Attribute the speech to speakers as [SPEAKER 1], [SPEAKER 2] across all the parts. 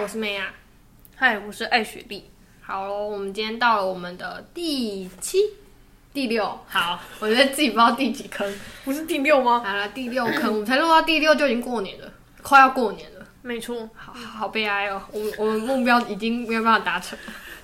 [SPEAKER 1] 我是梅亚。
[SPEAKER 2] 嗨，我是艾雪莉。
[SPEAKER 1] 好喽，我们今天到了我们的第七、第六，好，我觉得自己不知道第几坑。
[SPEAKER 2] 不是第六吗？
[SPEAKER 1] 好了，第六坑，我们才录到第六就已经过年了，快要过年了，
[SPEAKER 2] 没错。
[SPEAKER 1] 好好悲哀哦。我们我们目标已经没有办法达成，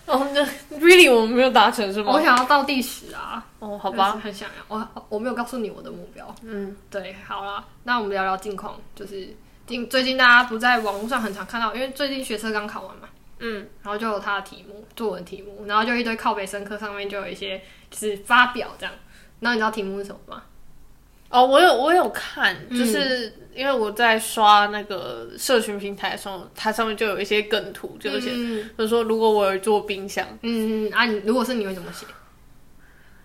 [SPEAKER 2] 哦，那 哦 really 我们没有达成是吗？
[SPEAKER 1] 我想要到第十啊。
[SPEAKER 2] 哦，好
[SPEAKER 1] 就
[SPEAKER 2] 吧
[SPEAKER 1] 是。很想要。我我没有告诉你我的目标。
[SPEAKER 2] 嗯，
[SPEAKER 1] 对，好啦，那我们聊聊近况，就是近最近大家不在网络上很常看到，因为最近学测刚考完嘛，
[SPEAKER 2] 嗯，
[SPEAKER 1] 然后就有他的题目，作文题目，然后就一堆靠北生科上面就有一些就是发表这样。然后你知道题目是什么吗？
[SPEAKER 2] 哦，我有我有看，
[SPEAKER 1] 嗯
[SPEAKER 2] 就是因为我在刷那个社群平台的时候，它上面就有一些梗图，就有写，
[SPEAKER 1] 嗯
[SPEAKER 2] 就是说如果我有一座冰箱，
[SPEAKER 1] 嗯啊，你如果是你会怎么写？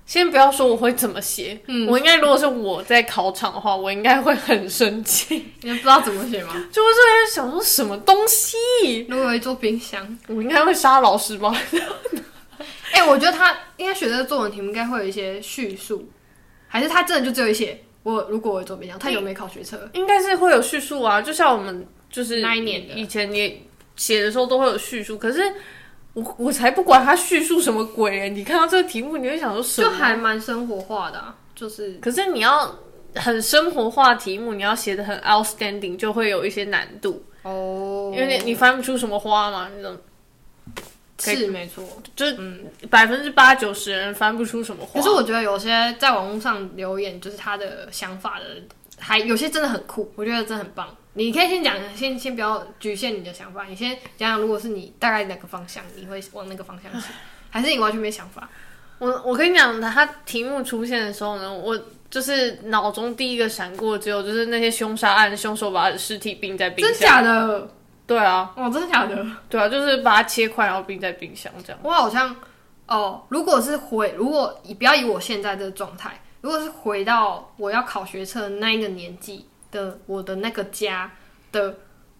[SPEAKER 2] 先不要说我会怎么写，
[SPEAKER 1] 嗯
[SPEAKER 2] 我应该如果是我在考场的话，我应该会很生气，
[SPEAKER 1] 你不知道怎么写吗？
[SPEAKER 2] 就会在想说什么东西，
[SPEAKER 1] 如果有一座冰箱，
[SPEAKER 2] 我应该会杀老师吧？
[SPEAKER 1] 哎、我觉得他应该学的作文题目应该会有一些叙述，还是他真的就只有一些我如果我有一座冰箱，太久没考学测了，
[SPEAKER 2] 应该是会有叙述啊，就像我们就是
[SPEAKER 1] 那一年的
[SPEAKER 2] 以前也写的时候都会有叙述，可是我我才不管他叙述什么鬼、你看到这个题目，你会想说什
[SPEAKER 1] 就
[SPEAKER 2] 么？
[SPEAKER 1] 还蛮生活化的、啊，就是
[SPEAKER 2] 可是你要很生活化题目，你要写的很 outstanding，就会有一些难度，
[SPEAKER 1] 哦
[SPEAKER 2] 因为你你翻不出什么花嘛，那种
[SPEAKER 1] 是没错。
[SPEAKER 2] 就是百分之八九十人翻不出什么花。
[SPEAKER 1] 可是我觉得有些在网络上留言，就是他的想法的，还有些真的很酷，我觉得真的很棒。你可以先讲，先先不要局限你的想法，你先讲讲，如果是你大概哪个方向，你会往那个方向 去，还是你完全没想法？
[SPEAKER 2] 我我跟你讲，他题目出现的时候呢，我就是脑中第一个闪过只有就是那些凶杀案，凶手把尸体冰在冰
[SPEAKER 1] 真
[SPEAKER 2] 箱。
[SPEAKER 1] 假的？
[SPEAKER 2] 对啊，
[SPEAKER 1] 哦，真的假的？
[SPEAKER 2] 对啊，就是把它切块，然后冰在冰箱这样。
[SPEAKER 1] 我好像哦，如果是回，如果以不要以我现在这个状态，如果是回到我要考学测那一个年纪的我的那个家的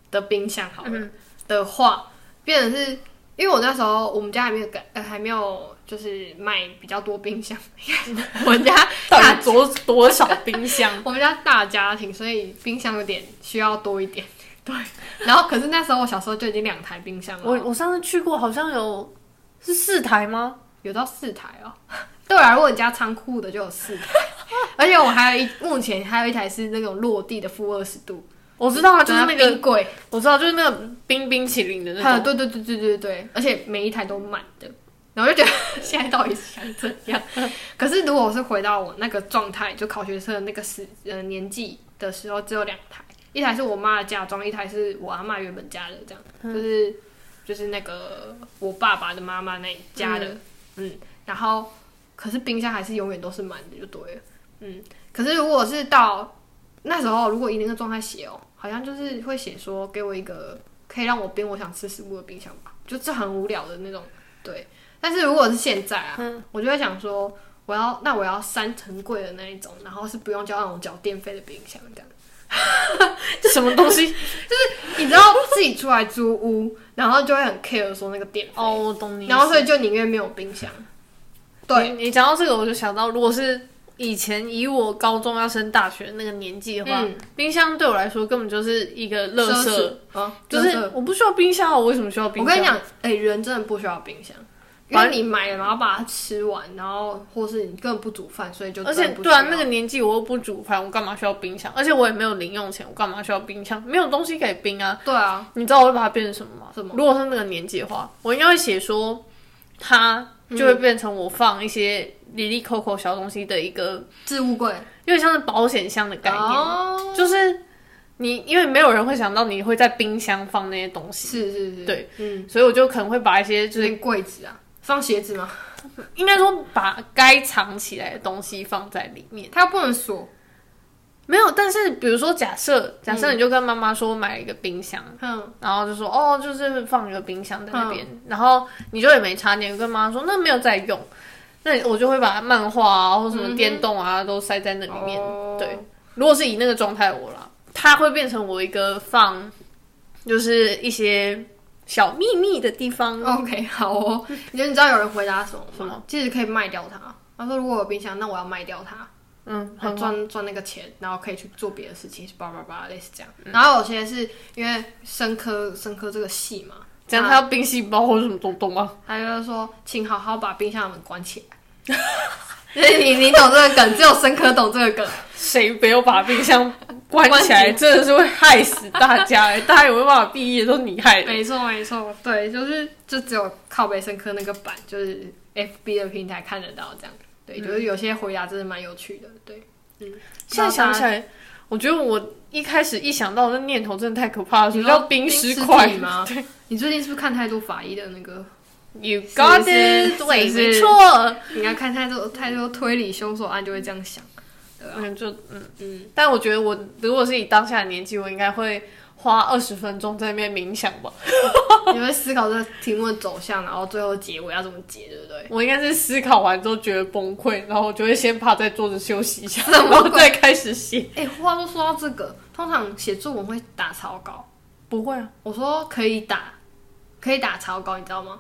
[SPEAKER 1] 的冰箱好了、
[SPEAKER 2] 嗯
[SPEAKER 1] 的话，变成是因为我那时候我们家还没有改，呃，还没有就是买比较多冰箱， 我们家
[SPEAKER 2] 到底多多少冰箱？
[SPEAKER 1] 我们家大家庭，所以冰箱有点需要多一点。 对，然后可是那时候我小时候就已经两台冰箱了，
[SPEAKER 2] 我我上次去过，好像有是四台吗？
[SPEAKER 1] 有到四台哦。对啊，如果你家仓库的就有四台，而且我还有一目前还有一台是那种落地的负二十度，
[SPEAKER 2] 我知道啊，就是那
[SPEAKER 1] 然后
[SPEAKER 2] 个
[SPEAKER 1] 冰柜。
[SPEAKER 2] 我知道，就是那个冰冰淇淋 的那
[SPEAKER 1] 啊，
[SPEAKER 2] 种。
[SPEAKER 1] 对对对对对对，而且每一台都满的，然后我就觉得 现在到底是想怎 样？可是如果我是回到我那个状态，就考学生的那个时呃年纪的时候，只有两台，一台是我妈的嫁妆，一台是我阿嬷原本家的，这样
[SPEAKER 2] 嗯
[SPEAKER 1] 就是就是那个我爸爸的妈妈那一家的，嗯然后可是冰箱还是永远都是满的，就对了，嗯，可是如果是到那时候，如果以那个状态写哦，好像就是会写说给我一个可以让我冰我想吃食物的冰箱吧，就这很无聊的那种。对，但是如果是现在啊，
[SPEAKER 2] 嗯
[SPEAKER 1] 我就会想说，我要那我要三层柜的那一种，然后是不用交那种缴电费的冰箱这样。
[SPEAKER 2] 什么东西？
[SPEAKER 1] 你知道自己出来租屋，然后就会很 care 说那个电费，
[SPEAKER 2] 哦，我懂你意思。
[SPEAKER 1] 然 后所以就宁愿没有冰箱。对，
[SPEAKER 2] 你，你讲到这个，我就想到，如果是以前以我高中要升大学那个年纪的话，
[SPEAKER 1] 嗯
[SPEAKER 2] 冰箱对我来说根本就是一个垃
[SPEAKER 1] 奢
[SPEAKER 2] 圾
[SPEAKER 1] 侈，啊，
[SPEAKER 2] 就
[SPEAKER 1] 垃圾
[SPEAKER 2] 是我不需要冰箱啊，我为什么需要冰
[SPEAKER 1] 我
[SPEAKER 2] 箱？
[SPEAKER 1] 跟你讲，哎、人真的不需要冰箱，因为你买了，然后把它吃完，然后或是你根本不煮饭，所以就
[SPEAKER 2] 而
[SPEAKER 1] 真
[SPEAKER 2] 且
[SPEAKER 1] 的不
[SPEAKER 2] 对啊
[SPEAKER 1] 需，要
[SPEAKER 2] 那个年纪我又不煮饭，我干嘛需要冰箱？而且我也没有零用钱，我干嘛需要冰箱？没有东西可以冰啊！
[SPEAKER 1] 对啊，
[SPEAKER 2] 你知道我会把它变成什么吗？
[SPEAKER 1] 什么
[SPEAKER 2] 如果是那个年纪的话，我应该会写说，它就
[SPEAKER 1] 嗯
[SPEAKER 2] 会变成我放一些里里扣扣小东西的一个，
[SPEAKER 1] 置物柜
[SPEAKER 2] 有点像是保险箱的概念，
[SPEAKER 1] 哦，
[SPEAKER 2] 就是你因为没有人会想到你会在冰箱放那些东西，
[SPEAKER 1] 是是是，
[SPEAKER 2] 对，
[SPEAKER 1] 嗯，
[SPEAKER 2] 所以我就可能会把一些就
[SPEAKER 1] 就是是柜子啊，放鞋子吗？
[SPEAKER 2] 应该说把该藏起来的东西放在里面。
[SPEAKER 1] 它不能锁，
[SPEAKER 2] 没有，但是比如说假设，假设你就跟妈妈说我买了一个冰箱，
[SPEAKER 1] 嗯，
[SPEAKER 2] 然后就说哦，就是放一个冰箱在那边，然后你就也没插电，跟妈妈说那没有在用，那我就会把漫画啊或什么电动啊、都塞在那里面。
[SPEAKER 1] 哦
[SPEAKER 2] 对，如果是以那个状态我啦，它会变成我一个放，就是一些小秘密的地方。
[SPEAKER 1] OK，好哦。你知道有人回答什么吗？
[SPEAKER 2] 什么
[SPEAKER 1] 其实可以卖掉它。他说如果有冰箱，那我要卖掉它。
[SPEAKER 2] 嗯，
[SPEAKER 1] 然
[SPEAKER 2] 很
[SPEAKER 1] 后赚赚那个钱，然后可以去做
[SPEAKER 2] 嗯
[SPEAKER 1] 别的事情，叭叭叭，类似这样。然后有些是因为生科生科这个系嘛，
[SPEAKER 2] 这样他要冰细胞或者什么东东吗？
[SPEAKER 1] 他就是说，请好好把冰箱的门关起来。 就是你你懂这个梗，只有深刻懂这个 梗。
[SPEAKER 2] 谁没有把冰箱关起来，真的是会害死大家、欸！大家有没有办法毕业，都是你害的。
[SPEAKER 1] 没错没错，对，就是就只有靠北深刻那个版，就是 FB 的平台看得到这样。对，就是有些回答真的蛮有趣的。对，嗯，
[SPEAKER 2] 嗯现在想起来，我觉得我一开始一想到那念头真的太可怕了，什
[SPEAKER 1] 你
[SPEAKER 2] 么叫
[SPEAKER 1] 说
[SPEAKER 2] 嗯冰尸
[SPEAKER 1] 尸
[SPEAKER 2] 块
[SPEAKER 1] 体吗
[SPEAKER 2] 对
[SPEAKER 1] 你最近是不是看太多法医的那个？
[SPEAKER 2] ，You
[SPEAKER 1] 是
[SPEAKER 2] got
[SPEAKER 1] 不是
[SPEAKER 2] it，对，
[SPEAKER 1] 是不是
[SPEAKER 2] 没错。
[SPEAKER 1] 你看看太多太多推理凶手案就会这样想。
[SPEAKER 2] 嗯，就嗯
[SPEAKER 1] 嗯
[SPEAKER 2] 嗯，但我觉得我如果是以当下的年纪，我应该会花二十分钟在那边冥想吧。
[SPEAKER 1] 你会思考这个题目的走向，然后最后结尾要怎么结，对不对？
[SPEAKER 2] 我应该是思考完之后觉得崩溃，然后我就会先趴在桌子休息一 下，
[SPEAKER 1] 什
[SPEAKER 2] 然
[SPEAKER 1] 么
[SPEAKER 2] 后再开始写。
[SPEAKER 1] 哎、话都说到这个，通常写作文会打草稿，
[SPEAKER 2] 不会啊，
[SPEAKER 1] 我说可以打，可以打草稿，你知道吗？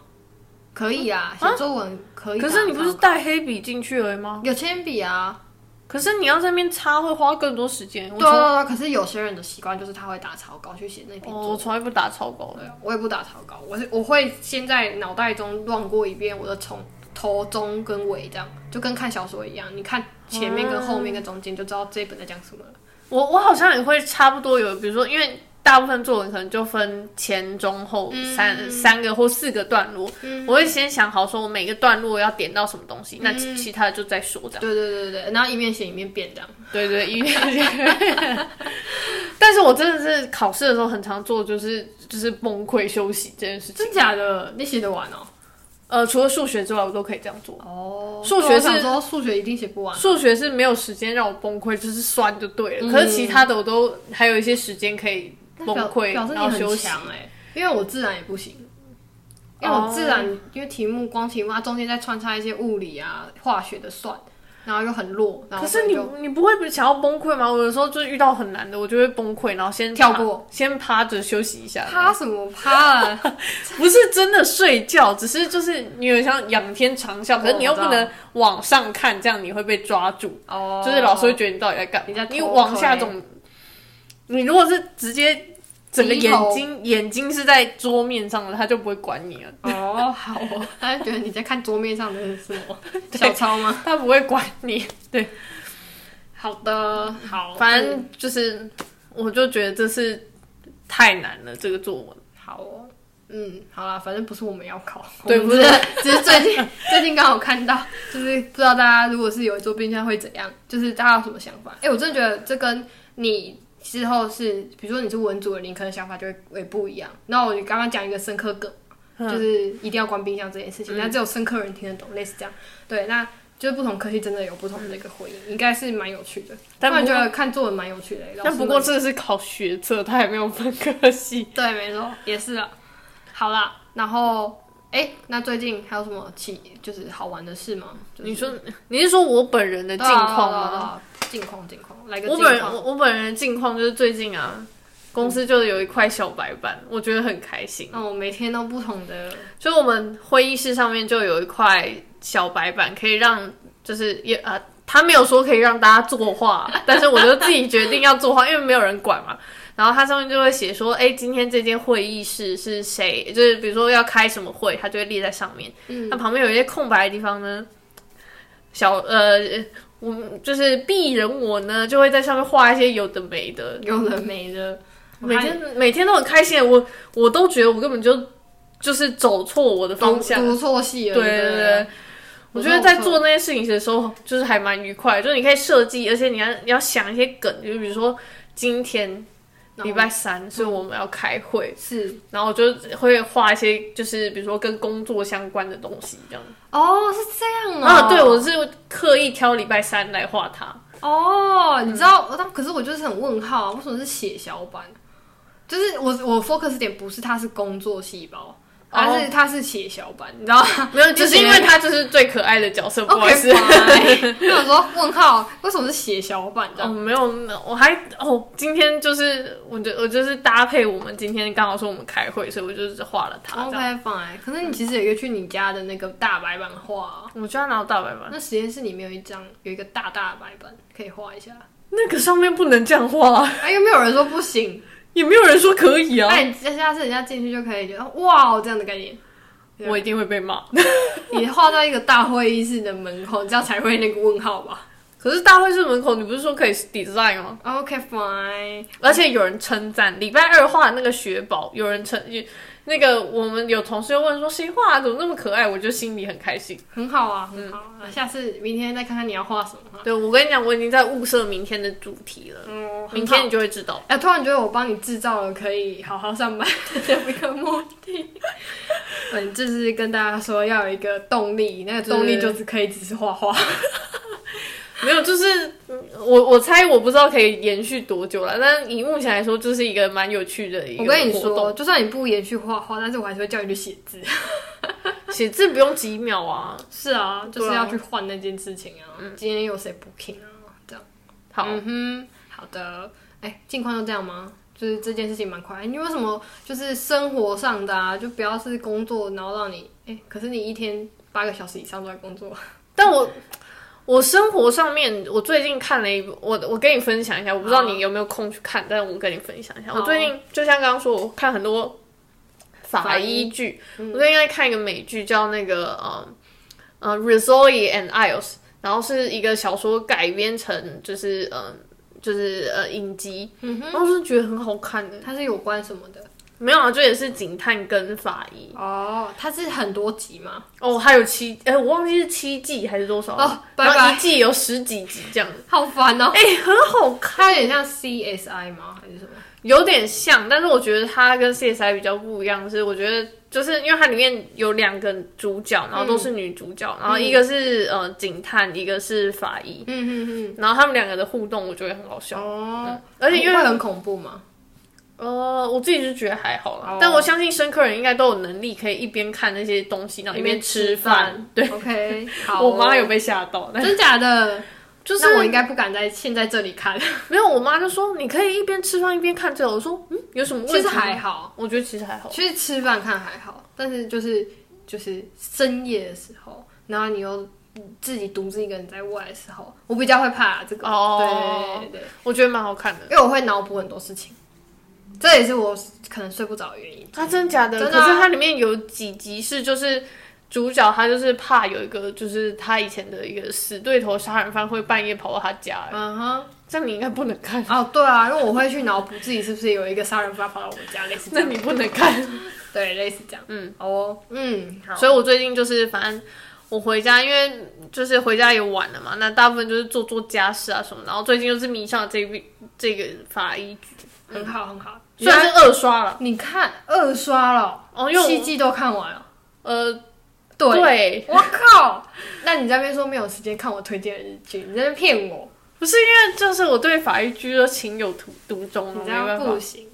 [SPEAKER 1] 可以啊，写作文可以打
[SPEAKER 2] 可
[SPEAKER 1] 草稿。
[SPEAKER 2] 是你不是带黑笔进去了吗？
[SPEAKER 1] 有铅笔啊？
[SPEAKER 2] 可是你要在那边擦会花更多时间。
[SPEAKER 1] 对
[SPEAKER 2] 我
[SPEAKER 1] 对啊
[SPEAKER 2] 从
[SPEAKER 1] 对，可是有些人的习惯就是他会打草稿去写那篇
[SPEAKER 2] 哦，
[SPEAKER 1] 作
[SPEAKER 2] 我
[SPEAKER 1] 文。
[SPEAKER 2] 从来不打草稿的。
[SPEAKER 1] 对啊，我也不打草稿，我是我会先在脑袋中乱过一遍我的从头中跟尾，这样就跟看小说一样，你看前面跟后面跟中间就知道这一本在讲什么了。
[SPEAKER 2] 我我好像也会差不多有，比如说，因为大部分作文可能就分前中后
[SPEAKER 1] 嗯
[SPEAKER 2] 三、三个或四个段落，我会先想好说我每个段落要点到什么东西，那
[SPEAKER 1] 嗯
[SPEAKER 2] 其其他的就再说这样。
[SPEAKER 1] 对对对对，对然后一面写一面变这样。
[SPEAKER 2] 对对，因为 但是我真的是考试的时候很常做，就是就是崩溃休息这件事情。
[SPEAKER 1] 真假的？你写得完哦？
[SPEAKER 2] 呃，除了数学之外，我都可以这样做。
[SPEAKER 1] 哦
[SPEAKER 2] 数学是
[SPEAKER 1] 想说数学一定写不完。
[SPEAKER 2] 数学是没有时间让我崩溃，就是酸就对了。
[SPEAKER 1] 嗯
[SPEAKER 2] 可是其他的我都还有一些时间可以崩
[SPEAKER 1] 那表
[SPEAKER 2] 溃，
[SPEAKER 1] 表示
[SPEAKER 2] 然
[SPEAKER 1] 你
[SPEAKER 2] 后休
[SPEAKER 1] 很
[SPEAKER 2] 息。
[SPEAKER 1] 强哎、因为我自然也不行，因为我自然、
[SPEAKER 2] 哦
[SPEAKER 1] 因为题目光题目，它中间再穿插一些物理啊、化学的算，然后又很弱，然后
[SPEAKER 2] 可是你
[SPEAKER 1] 就
[SPEAKER 2] 你不会想要崩溃吗？我有时候就是遇到很难的，我就会崩溃，然后先
[SPEAKER 1] 跳
[SPEAKER 2] 趴
[SPEAKER 1] 过，
[SPEAKER 2] 先趴着休息一下。
[SPEAKER 1] 趴什么趴啊？
[SPEAKER 2] 不是真的睡觉，只是就是你有点像仰天长啸，可是你又不能往上看，这样你会被抓住，
[SPEAKER 1] 哦
[SPEAKER 2] 就是老师会觉得你到底在干嘛
[SPEAKER 1] 你在偷
[SPEAKER 2] 你往下
[SPEAKER 1] 欸
[SPEAKER 2] 总，你如果是直接整个
[SPEAKER 1] 低
[SPEAKER 2] 眼
[SPEAKER 1] 头
[SPEAKER 2] 睛眼睛是在桌面上的，他就不会管你了，
[SPEAKER 1] 哦，好哦，他就觉得你在看桌面上的是什 么小抄吗？
[SPEAKER 2] 他不会管你。对，
[SPEAKER 1] 好的，好，
[SPEAKER 2] 反正就是，我就觉得这是太难了，这个作文。
[SPEAKER 1] 好哦，嗯，好啦，反正不是我们要考，
[SPEAKER 2] 对
[SPEAKER 1] 我们 只是只是最近最近刚好看到，就是不知道大家如果是有一座冰箱会怎样，就是大家有什么想法？哎、我真的觉得这跟你之后是，比如说你是文组的，你可能想法就会会不一样。那我刚刚讲一个深刻梗，
[SPEAKER 2] 嗯
[SPEAKER 1] 就是一定要关冰箱这件事情，但只有深刻人听得懂，类似这样。对，那。就是不同科系真的有不同的一个回应，应该是蛮有趣的。
[SPEAKER 2] 但
[SPEAKER 1] 我
[SPEAKER 2] 不
[SPEAKER 1] 觉得看作文蛮有趣的、老
[SPEAKER 2] 但
[SPEAKER 1] 师
[SPEAKER 2] 不
[SPEAKER 1] 们
[SPEAKER 2] 过这个是考学测，他也没有分科系。
[SPEAKER 1] 对，没错，也是啊。好啦，然后哎、诶那最近还有什么奇就是好玩的事吗？就是、
[SPEAKER 2] 你说你是说我本人的
[SPEAKER 1] 对
[SPEAKER 2] 近
[SPEAKER 1] 啊
[SPEAKER 2] 况
[SPEAKER 1] 对啊对啊
[SPEAKER 2] 吗？
[SPEAKER 1] 对啊近况，近况，来个
[SPEAKER 2] 我
[SPEAKER 1] 近
[SPEAKER 2] 本人
[SPEAKER 1] 况。
[SPEAKER 2] 我我本人的啊近况就是最近啊，公司就有一块小白板，我觉得很开心。
[SPEAKER 1] 那我每天都不同的，
[SPEAKER 2] 所以我们会议室上面就有一块小白板，可以让就是也啊。他没有说可以让大家作画，但是我就自己决定要作画，因为没有人管嘛。 然后它上面就会写说，哎、今天这间会议室是谁，就是比如说要开什么会，它就会列在上面。
[SPEAKER 1] 嗯
[SPEAKER 2] 那旁边有一些空白的地方呢，小呃，我就是鄙人我呢就会在上面画一些有的没的，
[SPEAKER 1] 有的没的，我
[SPEAKER 2] 每
[SPEAKER 1] 看
[SPEAKER 2] 天每天都很开心，我我都觉得我根本就就是走错我的
[SPEAKER 1] 读
[SPEAKER 2] 方向，
[SPEAKER 1] 读错戏了，
[SPEAKER 2] 对对
[SPEAKER 1] 不
[SPEAKER 2] 对。我觉得在做那些事情的时候，就是还蛮愉快的，就是你可以设计，而且你要你要想一些梗，就比如说今天
[SPEAKER 1] 然后嗯
[SPEAKER 2] 礼拜三，所以我们要开会，
[SPEAKER 1] 是
[SPEAKER 2] 然后我就会画一些，就是比如说跟工作相关的东西这样。
[SPEAKER 1] 哦，是这样哦。
[SPEAKER 2] 嗯啊，对，我是刻意挑礼拜三来画它。
[SPEAKER 1] 哦，你知道，
[SPEAKER 2] 嗯
[SPEAKER 1] 我当可是我就是很问号啊，为什么是血小板？就是我我 focus 点不是它是工作细胞，而
[SPEAKER 2] 哦
[SPEAKER 1] 是它是血小板，你知道吗？
[SPEAKER 2] 没有，只是因为
[SPEAKER 1] 它。
[SPEAKER 2] 它就是最可爱的角色，不好意
[SPEAKER 1] OK，
[SPEAKER 2] 思。
[SPEAKER 1] fine 我想说，问号，为什么是血小板
[SPEAKER 2] 哦，
[SPEAKER 1] 的？
[SPEAKER 2] 没有，没有我还哦，今天就是我就我就是搭配我们今天刚好说我们开会，所以我就是画了它。这
[SPEAKER 1] OK
[SPEAKER 2] 样，
[SPEAKER 1] fine，可是你其实也可以去你家的那个大白板画啊、
[SPEAKER 2] 我就要拿到大白板，
[SPEAKER 1] 那实验室里面有一张有一个 大大的白板，可以画一下。啊
[SPEAKER 2] 那个上面不能这样画，
[SPEAKER 1] 哎，有没有人说不行？
[SPEAKER 2] 也没有人说可以啊，
[SPEAKER 1] 那你下次人家进去就可以觉得哇这样的概念。对
[SPEAKER 2] 我一定会被骂。
[SPEAKER 1] 你画到一个大会议室的门口，这样才会那个问号 吧
[SPEAKER 2] 可是大会室门口，你不是说可以 design 吗？
[SPEAKER 1] ？OK fine，
[SPEAKER 2] 而且有人称赞礼拜二画的那个雪宝，有人称有那个我们有同事就问说谁画的怎么那么可爱，我就心里很开心。
[SPEAKER 1] 很好啊，很好啊。
[SPEAKER 2] 嗯
[SPEAKER 1] 下次明天再看看你要画什么啊。
[SPEAKER 2] 对我跟你讲，我已经在物色明天的主题了，
[SPEAKER 1] 嗯，
[SPEAKER 2] 明
[SPEAKER 1] 明天
[SPEAKER 2] 天你就会知道。
[SPEAKER 1] 哎、突然觉得我帮你制造了可以好好上班的一个目的。嗯，就是跟大家说要有一个动力，那个动力就是可以只是画画。
[SPEAKER 2] 没有，就是嗯我我猜我不知道可以延续多久了，但以目前来说，就是一个蛮有趣的一个
[SPEAKER 1] 我跟你
[SPEAKER 2] 活动
[SPEAKER 1] 说，就算你不延续画画，但是我还是会叫你去写字。
[SPEAKER 2] 写字不用几秒啊。
[SPEAKER 1] 是啊，就
[SPEAKER 2] 对
[SPEAKER 1] 是
[SPEAKER 2] 啊嗯
[SPEAKER 1] 要去换那件事情啊。今天有谁 booking 啊？这样。
[SPEAKER 2] 好，
[SPEAKER 1] 嗯哼，好的。哎、近况就这样吗？就是这件事情蛮快。哎你为什么就是生活上的啊，就不要是工作，然后让你哎、可是你一天八个小时以上都在工作。
[SPEAKER 2] 但我我生活上面，我最近看了一部，我我跟你分享一下，我不知道你有没有空去看，但我跟你分享一下，
[SPEAKER 1] 啊好
[SPEAKER 2] 我最近就像刚刚说，我看很多法
[SPEAKER 1] 法嗯
[SPEAKER 2] 医剧，我最近在看一个美剧叫那个嗯呃 r e s o l i and Isles，然后是一个小说改编成就是嗯、就是呃影集，
[SPEAKER 1] 嗯
[SPEAKER 2] 然后是觉得很好看的，
[SPEAKER 1] 它是有关什么的？
[SPEAKER 2] 没有啊，这也是警探跟法医。
[SPEAKER 1] 哦，它是很多集嘛。
[SPEAKER 2] 哦，还有七，哎、我忘记是七季还是多少了
[SPEAKER 1] 哦拜
[SPEAKER 2] 然后
[SPEAKER 1] 拜
[SPEAKER 2] 一季有十几集这样子，
[SPEAKER 1] 好烦哦、
[SPEAKER 2] 哎、很好看，
[SPEAKER 1] 它有点像 CSI 吗？还是什么？
[SPEAKER 2] 有点像，但是我觉得它跟 CSI 比较不一样，是我觉得就是因为它里面有两个主角，然后都是女主角，然后一个是呃警探，一个是法医，
[SPEAKER 1] 嗯嗯
[SPEAKER 2] 然后他们两个的互动我觉得很好笑，
[SPEAKER 1] 哦，
[SPEAKER 2] 而且因为
[SPEAKER 1] 会很恐怖嘛。
[SPEAKER 2] 呃我自己是觉得还好啦，
[SPEAKER 1] 哦
[SPEAKER 2] 但我相信深刻人应该都有能力可以一边看那些东西，然后一边吃饭。
[SPEAKER 1] 对，OK，好 哦。
[SPEAKER 2] 我妈有被吓到，但
[SPEAKER 1] 真假的，
[SPEAKER 2] 就是
[SPEAKER 1] 那我应该不敢在现在这里 看。
[SPEAKER 2] 没有，我妈就说你可以一边吃饭一边看这个。我说嗯，有什么问题
[SPEAKER 1] 其
[SPEAKER 2] 吗？
[SPEAKER 1] 实还好，
[SPEAKER 2] 我觉得其实还好。
[SPEAKER 1] 其实吃饭看还好，但是就是就是深夜的时候，然后你又自己独自一个人在外的时候，我比较会怕这个。
[SPEAKER 2] 哦
[SPEAKER 1] 对对对对，
[SPEAKER 2] 我觉得蛮好看的。
[SPEAKER 1] 因为我会脑补很多事情，这也是我可能睡不着的原因。
[SPEAKER 2] 它、真的假的？
[SPEAKER 1] 真的
[SPEAKER 2] 可
[SPEAKER 1] 啊
[SPEAKER 2] 是它里面有几集是就是主角他就是怕有一个就是他以前的一个死对头杀人犯会半夜跑到他家，
[SPEAKER 1] 嗯哼，
[SPEAKER 2] 这样你应该不能 看。
[SPEAKER 1] 哦，对啊，因为我会去脑补自己是不是有一个杀人犯跑到我家，类似这
[SPEAKER 2] 那
[SPEAKER 1] 样，
[SPEAKER 2] 你不能看，
[SPEAKER 1] 对，类似这样，嗯，好哦，嗯，好，
[SPEAKER 2] 所以我最近就是反正我回家，因为就是回家也晚了嘛，那大部分就是做做家事啊什么，然后最近就是迷上了这部这个法医，嗯
[SPEAKER 1] 很好，很好。
[SPEAKER 2] 虽然是二刷了，
[SPEAKER 1] 你看二刷了，
[SPEAKER 2] 哦，因为
[SPEAKER 1] 七
[SPEAKER 2] 我
[SPEAKER 1] 季都看完了，
[SPEAKER 2] 呃
[SPEAKER 1] 对，
[SPEAKER 2] 对，
[SPEAKER 1] 我靠， 那你在那边说没有时间看我推荐的日剧，你在那边骗我，
[SPEAKER 2] 不是因为就是我对法医剧都情有独独钟了，
[SPEAKER 1] 你
[SPEAKER 2] 我
[SPEAKER 1] 这
[SPEAKER 2] 哦没
[SPEAKER 1] 样
[SPEAKER 2] 办
[SPEAKER 1] 不
[SPEAKER 2] 法。
[SPEAKER 1] 行。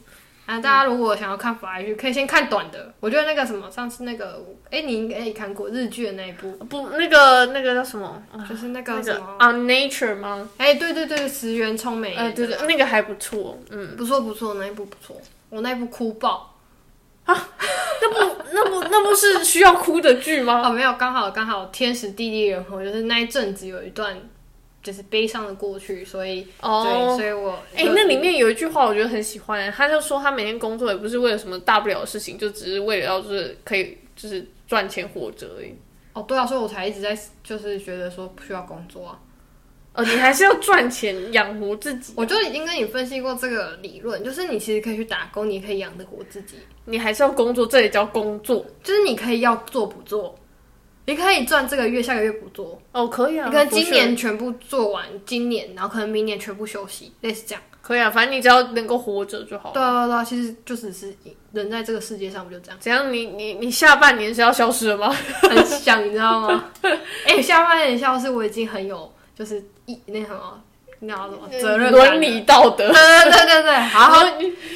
[SPEAKER 1] 啊，大家如果想要看法医剧，可以先看短的。我觉得那个什么，上次那个，哎、你应该也看过日剧的那一部，
[SPEAKER 2] 不，那个那个叫什么？
[SPEAKER 1] 就是那
[SPEAKER 2] 啊那
[SPEAKER 1] 个什
[SPEAKER 2] 个
[SPEAKER 1] 么，
[SPEAKER 2] 啊，Nature 吗？
[SPEAKER 1] 哎、对对对，石原聪美演的，
[SPEAKER 2] 呃，对对，那个还不错。嗯，
[SPEAKER 1] 不错不错，那一部不错，我那一部哭爆
[SPEAKER 2] 那部那部那部是需要哭的剧吗？
[SPEAKER 1] 哦，没有，刚好刚好天时地利人和，就是那一阵子有一段就是悲伤的过去，所以、 对，
[SPEAKER 2] 哦。
[SPEAKER 1] 所以我
[SPEAKER 2] 哎、那里面有一句话我觉得很喜欢，他就说他每天工作也不是为了什么大不了的事情，就只是为了要就是可以就是赚钱活着而已。
[SPEAKER 1] 哦对啊，所以我才一直在就是觉得说不需要工作啊，
[SPEAKER 2] 呃，你还是要赚钱养活自己，
[SPEAKER 1] 我就已经跟你分析过这个理论，就是你其实可以去打工，你可以养得活自己，
[SPEAKER 2] 你还是要工作，这也叫工作。
[SPEAKER 1] 就是你可以要做不做，你可以赚这个月，下个月不做，
[SPEAKER 2] 哦，可以啊，
[SPEAKER 1] 你可能
[SPEAKER 2] 不
[SPEAKER 1] 今
[SPEAKER 2] 是
[SPEAKER 1] 年全部做完，今年然后可能明年全部休息，类似这样。
[SPEAKER 2] 可以啊，反正你只要能够活着就好了。
[SPEAKER 1] 对啊，对啊，其实就只是人在这个世界上不就这样，
[SPEAKER 2] 怎样？你你你下半年是要消失了吗？
[SPEAKER 1] 很想你知道 吗？哎、下半年消失，我已经很有就是一那什么，那叫什么责任感
[SPEAKER 2] 嗯伦。理道德
[SPEAKER 1] 对，对对对对，好
[SPEAKER 2] 然
[SPEAKER 1] 好
[SPEAKER 2] 后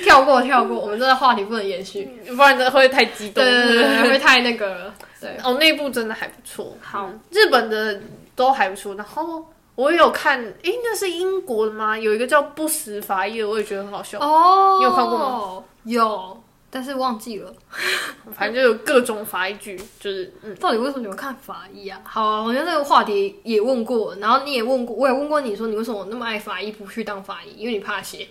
[SPEAKER 1] 跳过跳过，我们这个话题不能延续。
[SPEAKER 2] 不然真的会太激动。
[SPEAKER 1] 对对对对，会不会太那个了。对，
[SPEAKER 2] 哦，那部真的还不错。
[SPEAKER 1] 好
[SPEAKER 2] 嗯，日本的都还不错。然后我也有看，诶，那是英国的吗？有一个叫《不死法医》的，我也觉得很好笑。
[SPEAKER 1] 哦，
[SPEAKER 2] 你有看过
[SPEAKER 1] 吗？有，但是忘记了。
[SPEAKER 2] 反正就有各种法医剧，就是嗯，
[SPEAKER 1] 到底为什么你们看法医啊？好啊，我觉得这个话题也问过，然后你也问过，我也问过你说你为什么那么爱法医，不去当法医？因为你怕血。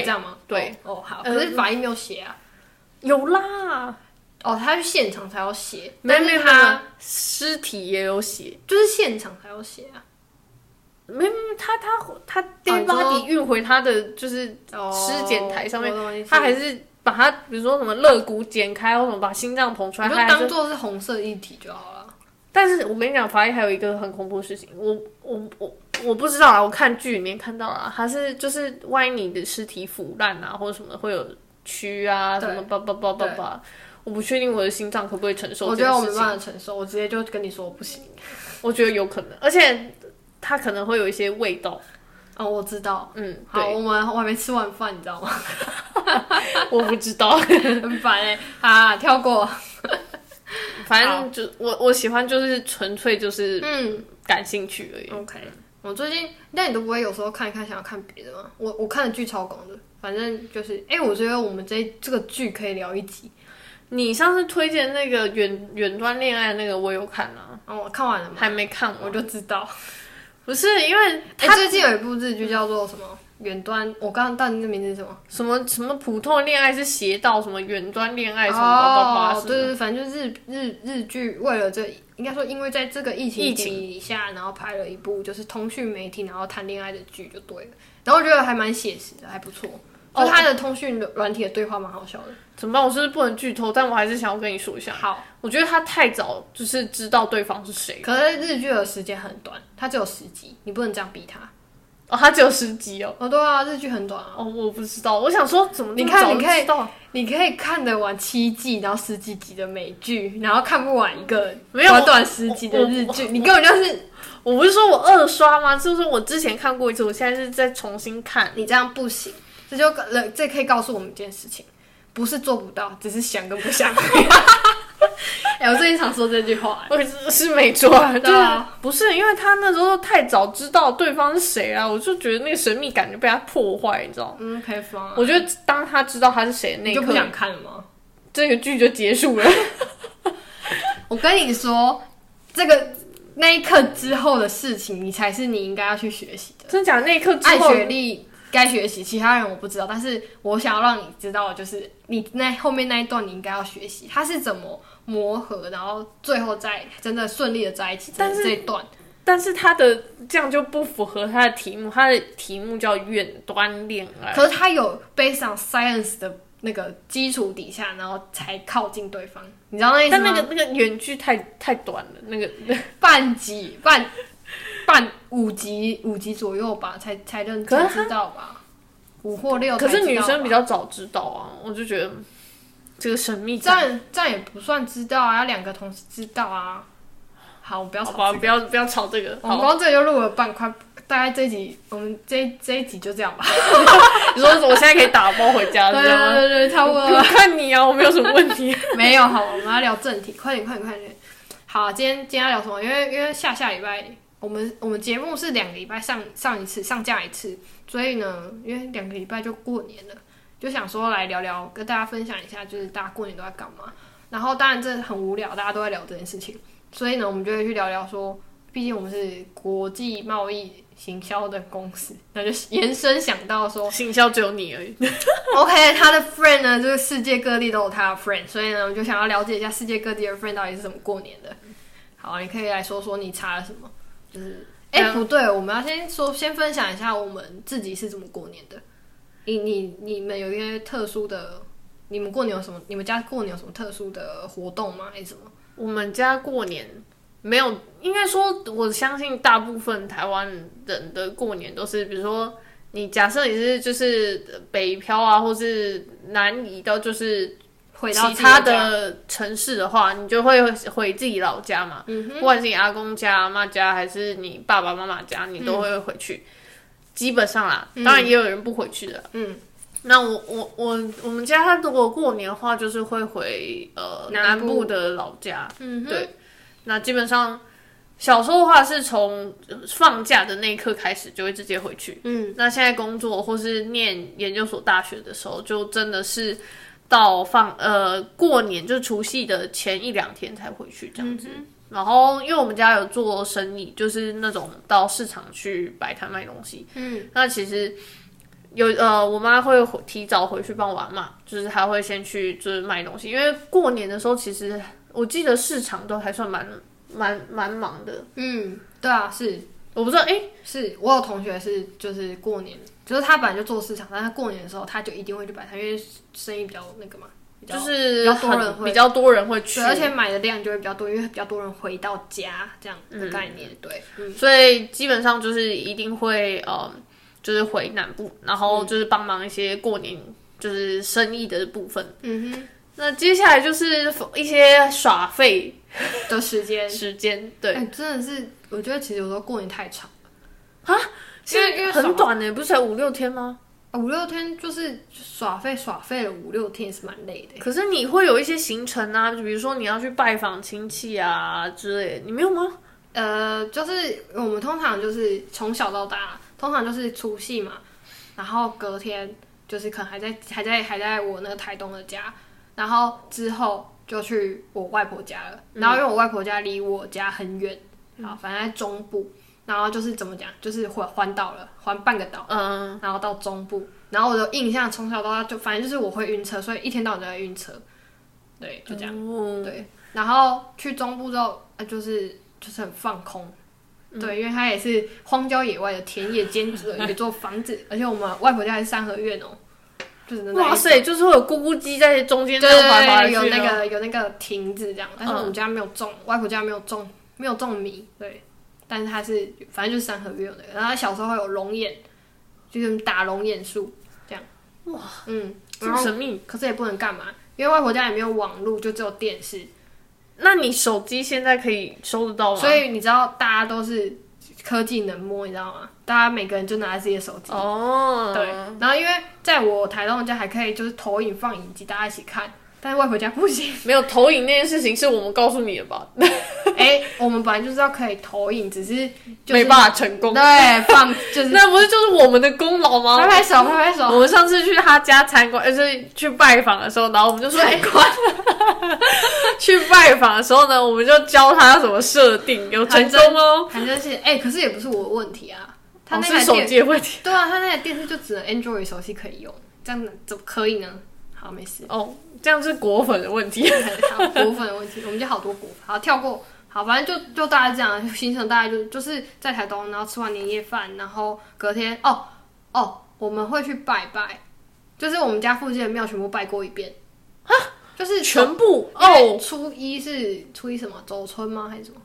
[SPEAKER 1] 是这样吗？
[SPEAKER 2] 对
[SPEAKER 1] 哦，哦好，
[SPEAKER 2] 嗯
[SPEAKER 1] 可是法医没有写啊。
[SPEAKER 2] 有啦，
[SPEAKER 1] 哦，他去现场才要写，
[SPEAKER 2] 没有
[SPEAKER 1] 但
[SPEAKER 2] 没
[SPEAKER 1] 是
[SPEAKER 2] 有没有
[SPEAKER 1] 他，
[SPEAKER 2] 尸体也有写，
[SPEAKER 1] 就是现场才要写啊。
[SPEAKER 2] 没有没有他他他
[SPEAKER 1] 哦
[SPEAKER 2] dead
[SPEAKER 1] 你说
[SPEAKER 2] body 运回他的就是
[SPEAKER 1] 哦，
[SPEAKER 2] 尸检台上面
[SPEAKER 1] 我懂意思
[SPEAKER 2] 他还是把它，比如说什么肋骨剪开，或什么把心脏捧出来，
[SPEAKER 1] 你就
[SPEAKER 2] 他还
[SPEAKER 1] 当
[SPEAKER 2] 是。
[SPEAKER 1] 做是红色一体就好了。
[SPEAKER 2] 但是我跟你讲，法医还有一个很恐怖的事情，我我我我不知道啊，我看剧里面看到了，他是就是万一你的尸体腐烂啊，或者什么会有蛆啊，什
[SPEAKER 1] 对
[SPEAKER 2] 么叭叭叭叭叭，我不确定我的心脏可不可以承受
[SPEAKER 1] 我
[SPEAKER 2] 这
[SPEAKER 1] 觉得
[SPEAKER 2] 个
[SPEAKER 1] 我
[SPEAKER 2] 事
[SPEAKER 1] 没
[SPEAKER 2] 情，
[SPEAKER 1] 办法承受，我直接就跟你说我不行。
[SPEAKER 2] 我觉得有可能，而且它可能会有一些味道，
[SPEAKER 1] 哦，我知道。
[SPEAKER 2] 嗯，
[SPEAKER 1] 好，
[SPEAKER 2] 对，
[SPEAKER 1] 我们我还没吃完饭，你知道吗？
[SPEAKER 2] 我不知道，
[SPEAKER 1] 很烦哎、啊，跳过。
[SPEAKER 2] 反正就我我喜欢就是纯粹就是
[SPEAKER 1] 嗯
[SPEAKER 2] 感兴趣而已，
[SPEAKER 1] ，OK。我最近，但你都不会有时候看一看，想要看别的吗？我我看的剧超广的，反正就是，哎、我觉得我们这这个剧可以聊一集。
[SPEAKER 2] 你上次推荐那个远远端恋爱那个，我有看啊，
[SPEAKER 1] 哦，我看完了嘛，
[SPEAKER 2] 还没看
[SPEAKER 1] 我
[SPEAKER 2] 完。
[SPEAKER 1] 就知道。
[SPEAKER 2] 不是因为
[SPEAKER 1] 哎、
[SPEAKER 2] 他
[SPEAKER 1] 最近有一部日剧叫做什么《远端》，我刚刚到底那名字是什么？
[SPEAKER 2] 什么什么普通的恋爱是邪道，什么远端恋爱什么叭叭叭
[SPEAKER 1] 哦
[SPEAKER 2] 什，么
[SPEAKER 1] 对
[SPEAKER 2] 的，
[SPEAKER 1] 对，对反正就是日日日剧为了这，应该说因为在这个疫情
[SPEAKER 2] 疫情
[SPEAKER 1] 底下，然后拍了一部就是通讯媒体然后谈恋爱的剧就对了，然后我觉得还蛮写实的，还不错。
[SPEAKER 2] 哦
[SPEAKER 1] 就他的通讯软体的对话蛮好笑的。
[SPEAKER 2] 怎么办？我是不是不能剧透？但我还是想要跟你说一下，
[SPEAKER 1] 好，
[SPEAKER 2] 我觉得他太早就是知道对方是谁
[SPEAKER 1] 可是日剧的时间很短，它只有十集，你不能这样逼他。
[SPEAKER 2] 哦，他只有十集哦。
[SPEAKER 1] 哦，对啊，日剧很短啊，
[SPEAKER 2] 哦，我不知道，我想说怎么
[SPEAKER 1] 你
[SPEAKER 2] 那么
[SPEAKER 1] 看
[SPEAKER 2] 早
[SPEAKER 1] 你
[SPEAKER 2] 就
[SPEAKER 1] 看
[SPEAKER 2] 知道？
[SPEAKER 1] 你可以看得完七季，然后十几集的美剧，然后看不完一个
[SPEAKER 2] 没有
[SPEAKER 1] 短短十集的日剧，你根本就是
[SPEAKER 2] 我不是说我二刷吗？就是说我之前看过一次，我现在是在重新看。
[SPEAKER 1] 你这样不行，这就呃这可以告诉我们一件事情，不是做不到，只是想跟不 想。哎、我最近常说这句话、
[SPEAKER 2] 我是是没错啊，就
[SPEAKER 1] 对
[SPEAKER 2] 是
[SPEAKER 1] 啊
[SPEAKER 2] 不是因为他那时候太早知道对方是谁啊，我就觉得那个神秘感就被他破坏，你知道吗？
[SPEAKER 1] 嗯，可以放啊。
[SPEAKER 2] 我觉得当他知道他是谁的
[SPEAKER 1] 你
[SPEAKER 2] 那一
[SPEAKER 1] 就不
[SPEAKER 2] 刻，
[SPEAKER 1] 想看了吗？
[SPEAKER 2] 这个剧就结束了。
[SPEAKER 1] 我跟你说，这个那一刻之后的事情，你才是你应该要去学习的。
[SPEAKER 2] 真假那一刻之
[SPEAKER 1] 爱
[SPEAKER 2] 后，
[SPEAKER 1] 学历该学习，其他人我不知道，但是我想要让你知道，就是你那后面那一段你应该要学习，它是怎么磨合，然后最后再真的顺利的在一起。
[SPEAKER 2] 但是
[SPEAKER 1] 这一段，
[SPEAKER 2] 但是他的这样就不符合他的题目，他的题目叫远端恋爱。
[SPEAKER 1] 可是他有 based on science 的那个基础底下，然后才靠近对方，你知道那意思
[SPEAKER 2] 但
[SPEAKER 1] 吗？
[SPEAKER 2] 那个那个远距太太短了，那个
[SPEAKER 1] 半集半半五集五集左右吧，才才认
[SPEAKER 2] 可是
[SPEAKER 1] 才
[SPEAKER 2] 他
[SPEAKER 1] 知道吧，五或六才
[SPEAKER 2] 可
[SPEAKER 1] 知道吧。
[SPEAKER 2] 是女生比较早知道啊，我就觉得这个神秘
[SPEAKER 1] 这
[SPEAKER 2] 感，
[SPEAKER 1] 样这样也不算知道啊，要两个同时知道啊。好，我不要
[SPEAKER 2] 好
[SPEAKER 1] 吵这个
[SPEAKER 2] 吧，
[SPEAKER 1] 哦
[SPEAKER 2] 不要不要吵这个。
[SPEAKER 1] 我们
[SPEAKER 2] 好，
[SPEAKER 1] 光这个就录了半块，大概这一集我们这一这一集就这样吧。
[SPEAKER 2] 你说我现在可以打包回家，
[SPEAKER 1] 对
[SPEAKER 2] 是
[SPEAKER 1] 对
[SPEAKER 2] 啊这样吗？
[SPEAKER 1] 对对，差不多
[SPEAKER 2] 我 看你啊，我没有什么问题。
[SPEAKER 1] 没有，好，我们要聊正题，快点，快点，快点。好、啊今天今天要聊什么？因为因为下下礼拜我们我们节目是两个礼拜上上一次上架一次，所以呢，因为两个礼拜就过年了，就想说来聊聊，跟大家分享一下，就是大家过年都在干嘛。然后当然这很无聊，大家都在聊这件事情，所以呢，我们就会去聊聊说，毕竟我们是国际贸易行销的公司，那就延伸想到说，
[SPEAKER 2] 行销只有你而已。
[SPEAKER 1] OK，他的 friend 呢，就是世界各地都有他的 friend，所以呢，我就想要了解一下世界各地的 friend 到底是怎么过年的。好，你可以来说说你查了什么，就是，哎、
[SPEAKER 2] 嗯
[SPEAKER 1] 不对，我们要先说，先分享一下我们自己是怎么过年的。你你你们有一些特殊的，你们过年有什么？你们家过年有什么特殊的活动吗？还是什么？
[SPEAKER 2] 我们家过年没有，应该说，我相信大部分台湾人的过年都是，比如说你假设你是就是呃北漂啊，或是南移到就是
[SPEAKER 1] 回到
[SPEAKER 2] 其他
[SPEAKER 1] 自己家，
[SPEAKER 2] 的城市的话，你就会回自己老家嘛，
[SPEAKER 1] 嗯
[SPEAKER 2] 不管是你阿公家、阿妈家，还是你爸爸妈妈家，你都会回去。基本上啦，当然也有人不回去的。
[SPEAKER 1] 嗯，
[SPEAKER 2] 那我我我我们家如果过年的话，就是会回呃
[SPEAKER 1] 南
[SPEAKER 2] 南
[SPEAKER 1] 部
[SPEAKER 2] 部的老家。
[SPEAKER 1] 嗯哼，
[SPEAKER 2] 对，那基本上小时候的话是从呃放假的那一刻开始就会直接回去。
[SPEAKER 1] 嗯，
[SPEAKER 2] 那现在工作或是念研究所、大学的时候，就真的是到放呃过年，就除夕的前一两天才回去这样子。然后，因为我们家有做生意，就是那种到市场去摆摊卖东西。
[SPEAKER 1] 嗯，
[SPEAKER 2] 那其实有呃，我妈会回提早回去帮我阿嬷，就是她会先去就是卖东西，因为过年的时候其实我记得市场都还算蛮蛮蛮忙的。
[SPEAKER 1] 嗯，对啊，是
[SPEAKER 2] 我不知道，哎、
[SPEAKER 1] 是，我有同学是就是过年，就是他本来就做市场，但他过年的时候他就一定会去摆摊，因为生意比较那个嘛，比较
[SPEAKER 2] 就
[SPEAKER 1] 比
[SPEAKER 2] 是
[SPEAKER 1] 较多人
[SPEAKER 2] 很比较多人会去
[SPEAKER 1] 对，，而且买的量就会比较多，因为比较多人回到家这样的概念，对，
[SPEAKER 2] 所以基本上就是一定会呃，就是回南部，然后就是帮忙一些过年就是生意的部分。
[SPEAKER 1] 嗯
[SPEAKER 2] 那接下来就是一些耍费
[SPEAKER 1] 哼，的时间，
[SPEAKER 2] 时间，对，
[SPEAKER 1] 哎真的是，我觉得其实有时候过年太长
[SPEAKER 2] 现
[SPEAKER 1] 因为因
[SPEAKER 2] 在
[SPEAKER 1] 为
[SPEAKER 2] 很短的，不是才五六天吗？
[SPEAKER 1] 了，五六天就是耍废耍废了五六天也是蛮累的，
[SPEAKER 2] 可是你会有一些行程啊，就比如说你要去拜访亲戚啊之类的，你没有吗？
[SPEAKER 1] 呃，就是我们通常就是从小到大，通常就是除夕嘛，然后隔天就是可能还在还在还在我那个台东的家，然后之后就去我外婆家了。然后因为我外婆家离我家很远，啊、反正在中部，然后就是怎么讲，就是环环岛了，环半个岛。
[SPEAKER 2] 嗯，
[SPEAKER 1] 然后到中部，然后我的印象从小到大就反正就是我会晕车，所以一天到晚都在晕车，对，就这样，对。然后去中部之后，呃、就是就是很放空，
[SPEAKER 2] 嗯
[SPEAKER 1] 对，因为它也是荒郊野外的田野兼职有一座房 子，而且我们外婆家还是三合院哦，就是那
[SPEAKER 2] 哇
[SPEAKER 1] 种。
[SPEAKER 2] 塞，就是会有咕咕鸡在中间
[SPEAKER 1] 对
[SPEAKER 2] 这
[SPEAKER 1] 对
[SPEAKER 2] 样滑来滑
[SPEAKER 1] 对，
[SPEAKER 2] 去嗯
[SPEAKER 1] 有那
[SPEAKER 2] 吗，
[SPEAKER 1] 个有那个亭子这样，但是我们家没有种，外婆家没有种，没有种米，对，但是它是反正就是三合院的，然后它小时候还有龙眼，就是打龙眼树这样，哇，嗯，
[SPEAKER 2] 这
[SPEAKER 1] 然
[SPEAKER 2] 么
[SPEAKER 1] 后
[SPEAKER 2] 神秘。
[SPEAKER 1] 可是也不能干嘛，因为外婆家也没有网络，就只有电视，
[SPEAKER 2] 那你手机现在可以收得到吗？
[SPEAKER 1] 所以你知道大家都是科技能摸，你知道吗？大家每个人就拿自己的手机。
[SPEAKER 2] 哦，
[SPEAKER 1] 对，，然后因为在我台东家还可以就是投影放影机，大家一起看，但是外婆家不 行。
[SPEAKER 2] 没有投影那件事情是我们告诉你的吧？
[SPEAKER 1] 哎、我们本来就知道可以投影，只是就是
[SPEAKER 2] 没办法成功，
[SPEAKER 1] 对放就是
[SPEAKER 2] 那不是就是我们的功劳
[SPEAKER 1] 拍
[SPEAKER 2] 吗？
[SPEAKER 1] 拍手，拍拍手，
[SPEAKER 2] 我们上次去他家参观，呃，就是去拜访的时候，然后我们就说，哎， 去拜访的时候呢，我们就教他怎么设定，有成功哦。
[SPEAKER 1] 反正是哎、可是也不是我的问题啊，他
[SPEAKER 2] 哦
[SPEAKER 1] 那
[SPEAKER 2] 是
[SPEAKER 1] 台
[SPEAKER 2] 手
[SPEAKER 1] 电、
[SPEAKER 2] 机的问题
[SPEAKER 1] 对啊，他那台电视就只能 Android 手机可以用，这样怎么可以呢？好，没事，
[SPEAKER 2] 哦，这样是果粉的问题。
[SPEAKER 1] 好果粉的问题，我们就好多果粉，好跳过。好，反正就就大概这样，行程大概就就是在台东，然后吃完年夜饭，然后隔天哦哦，我们会去拜拜，就是我们家附近的庙全部拜过一遍，就是
[SPEAKER 2] 全部
[SPEAKER 1] 因
[SPEAKER 2] 哦
[SPEAKER 1] 为，初一是初一什么走春吗？还是什么？